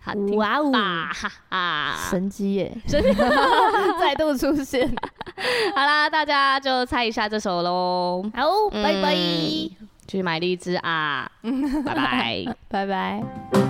[SPEAKER 2] 好听
[SPEAKER 1] 哇哦，
[SPEAKER 2] 吧，哈哈。
[SPEAKER 1] 神机耶，
[SPEAKER 2] 真的
[SPEAKER 1] [LAUGHS] 再度出现，
[SPEAKER 2] [LAUGHS] 好啦，大家就猜一下这首喽，
[SPEAKER 1] 好，拜拜， [LAUGHS]
[SPEAKER 2] 嗯去买荔枝啊，拜拜。
[SPEAKER 1] 拜拜。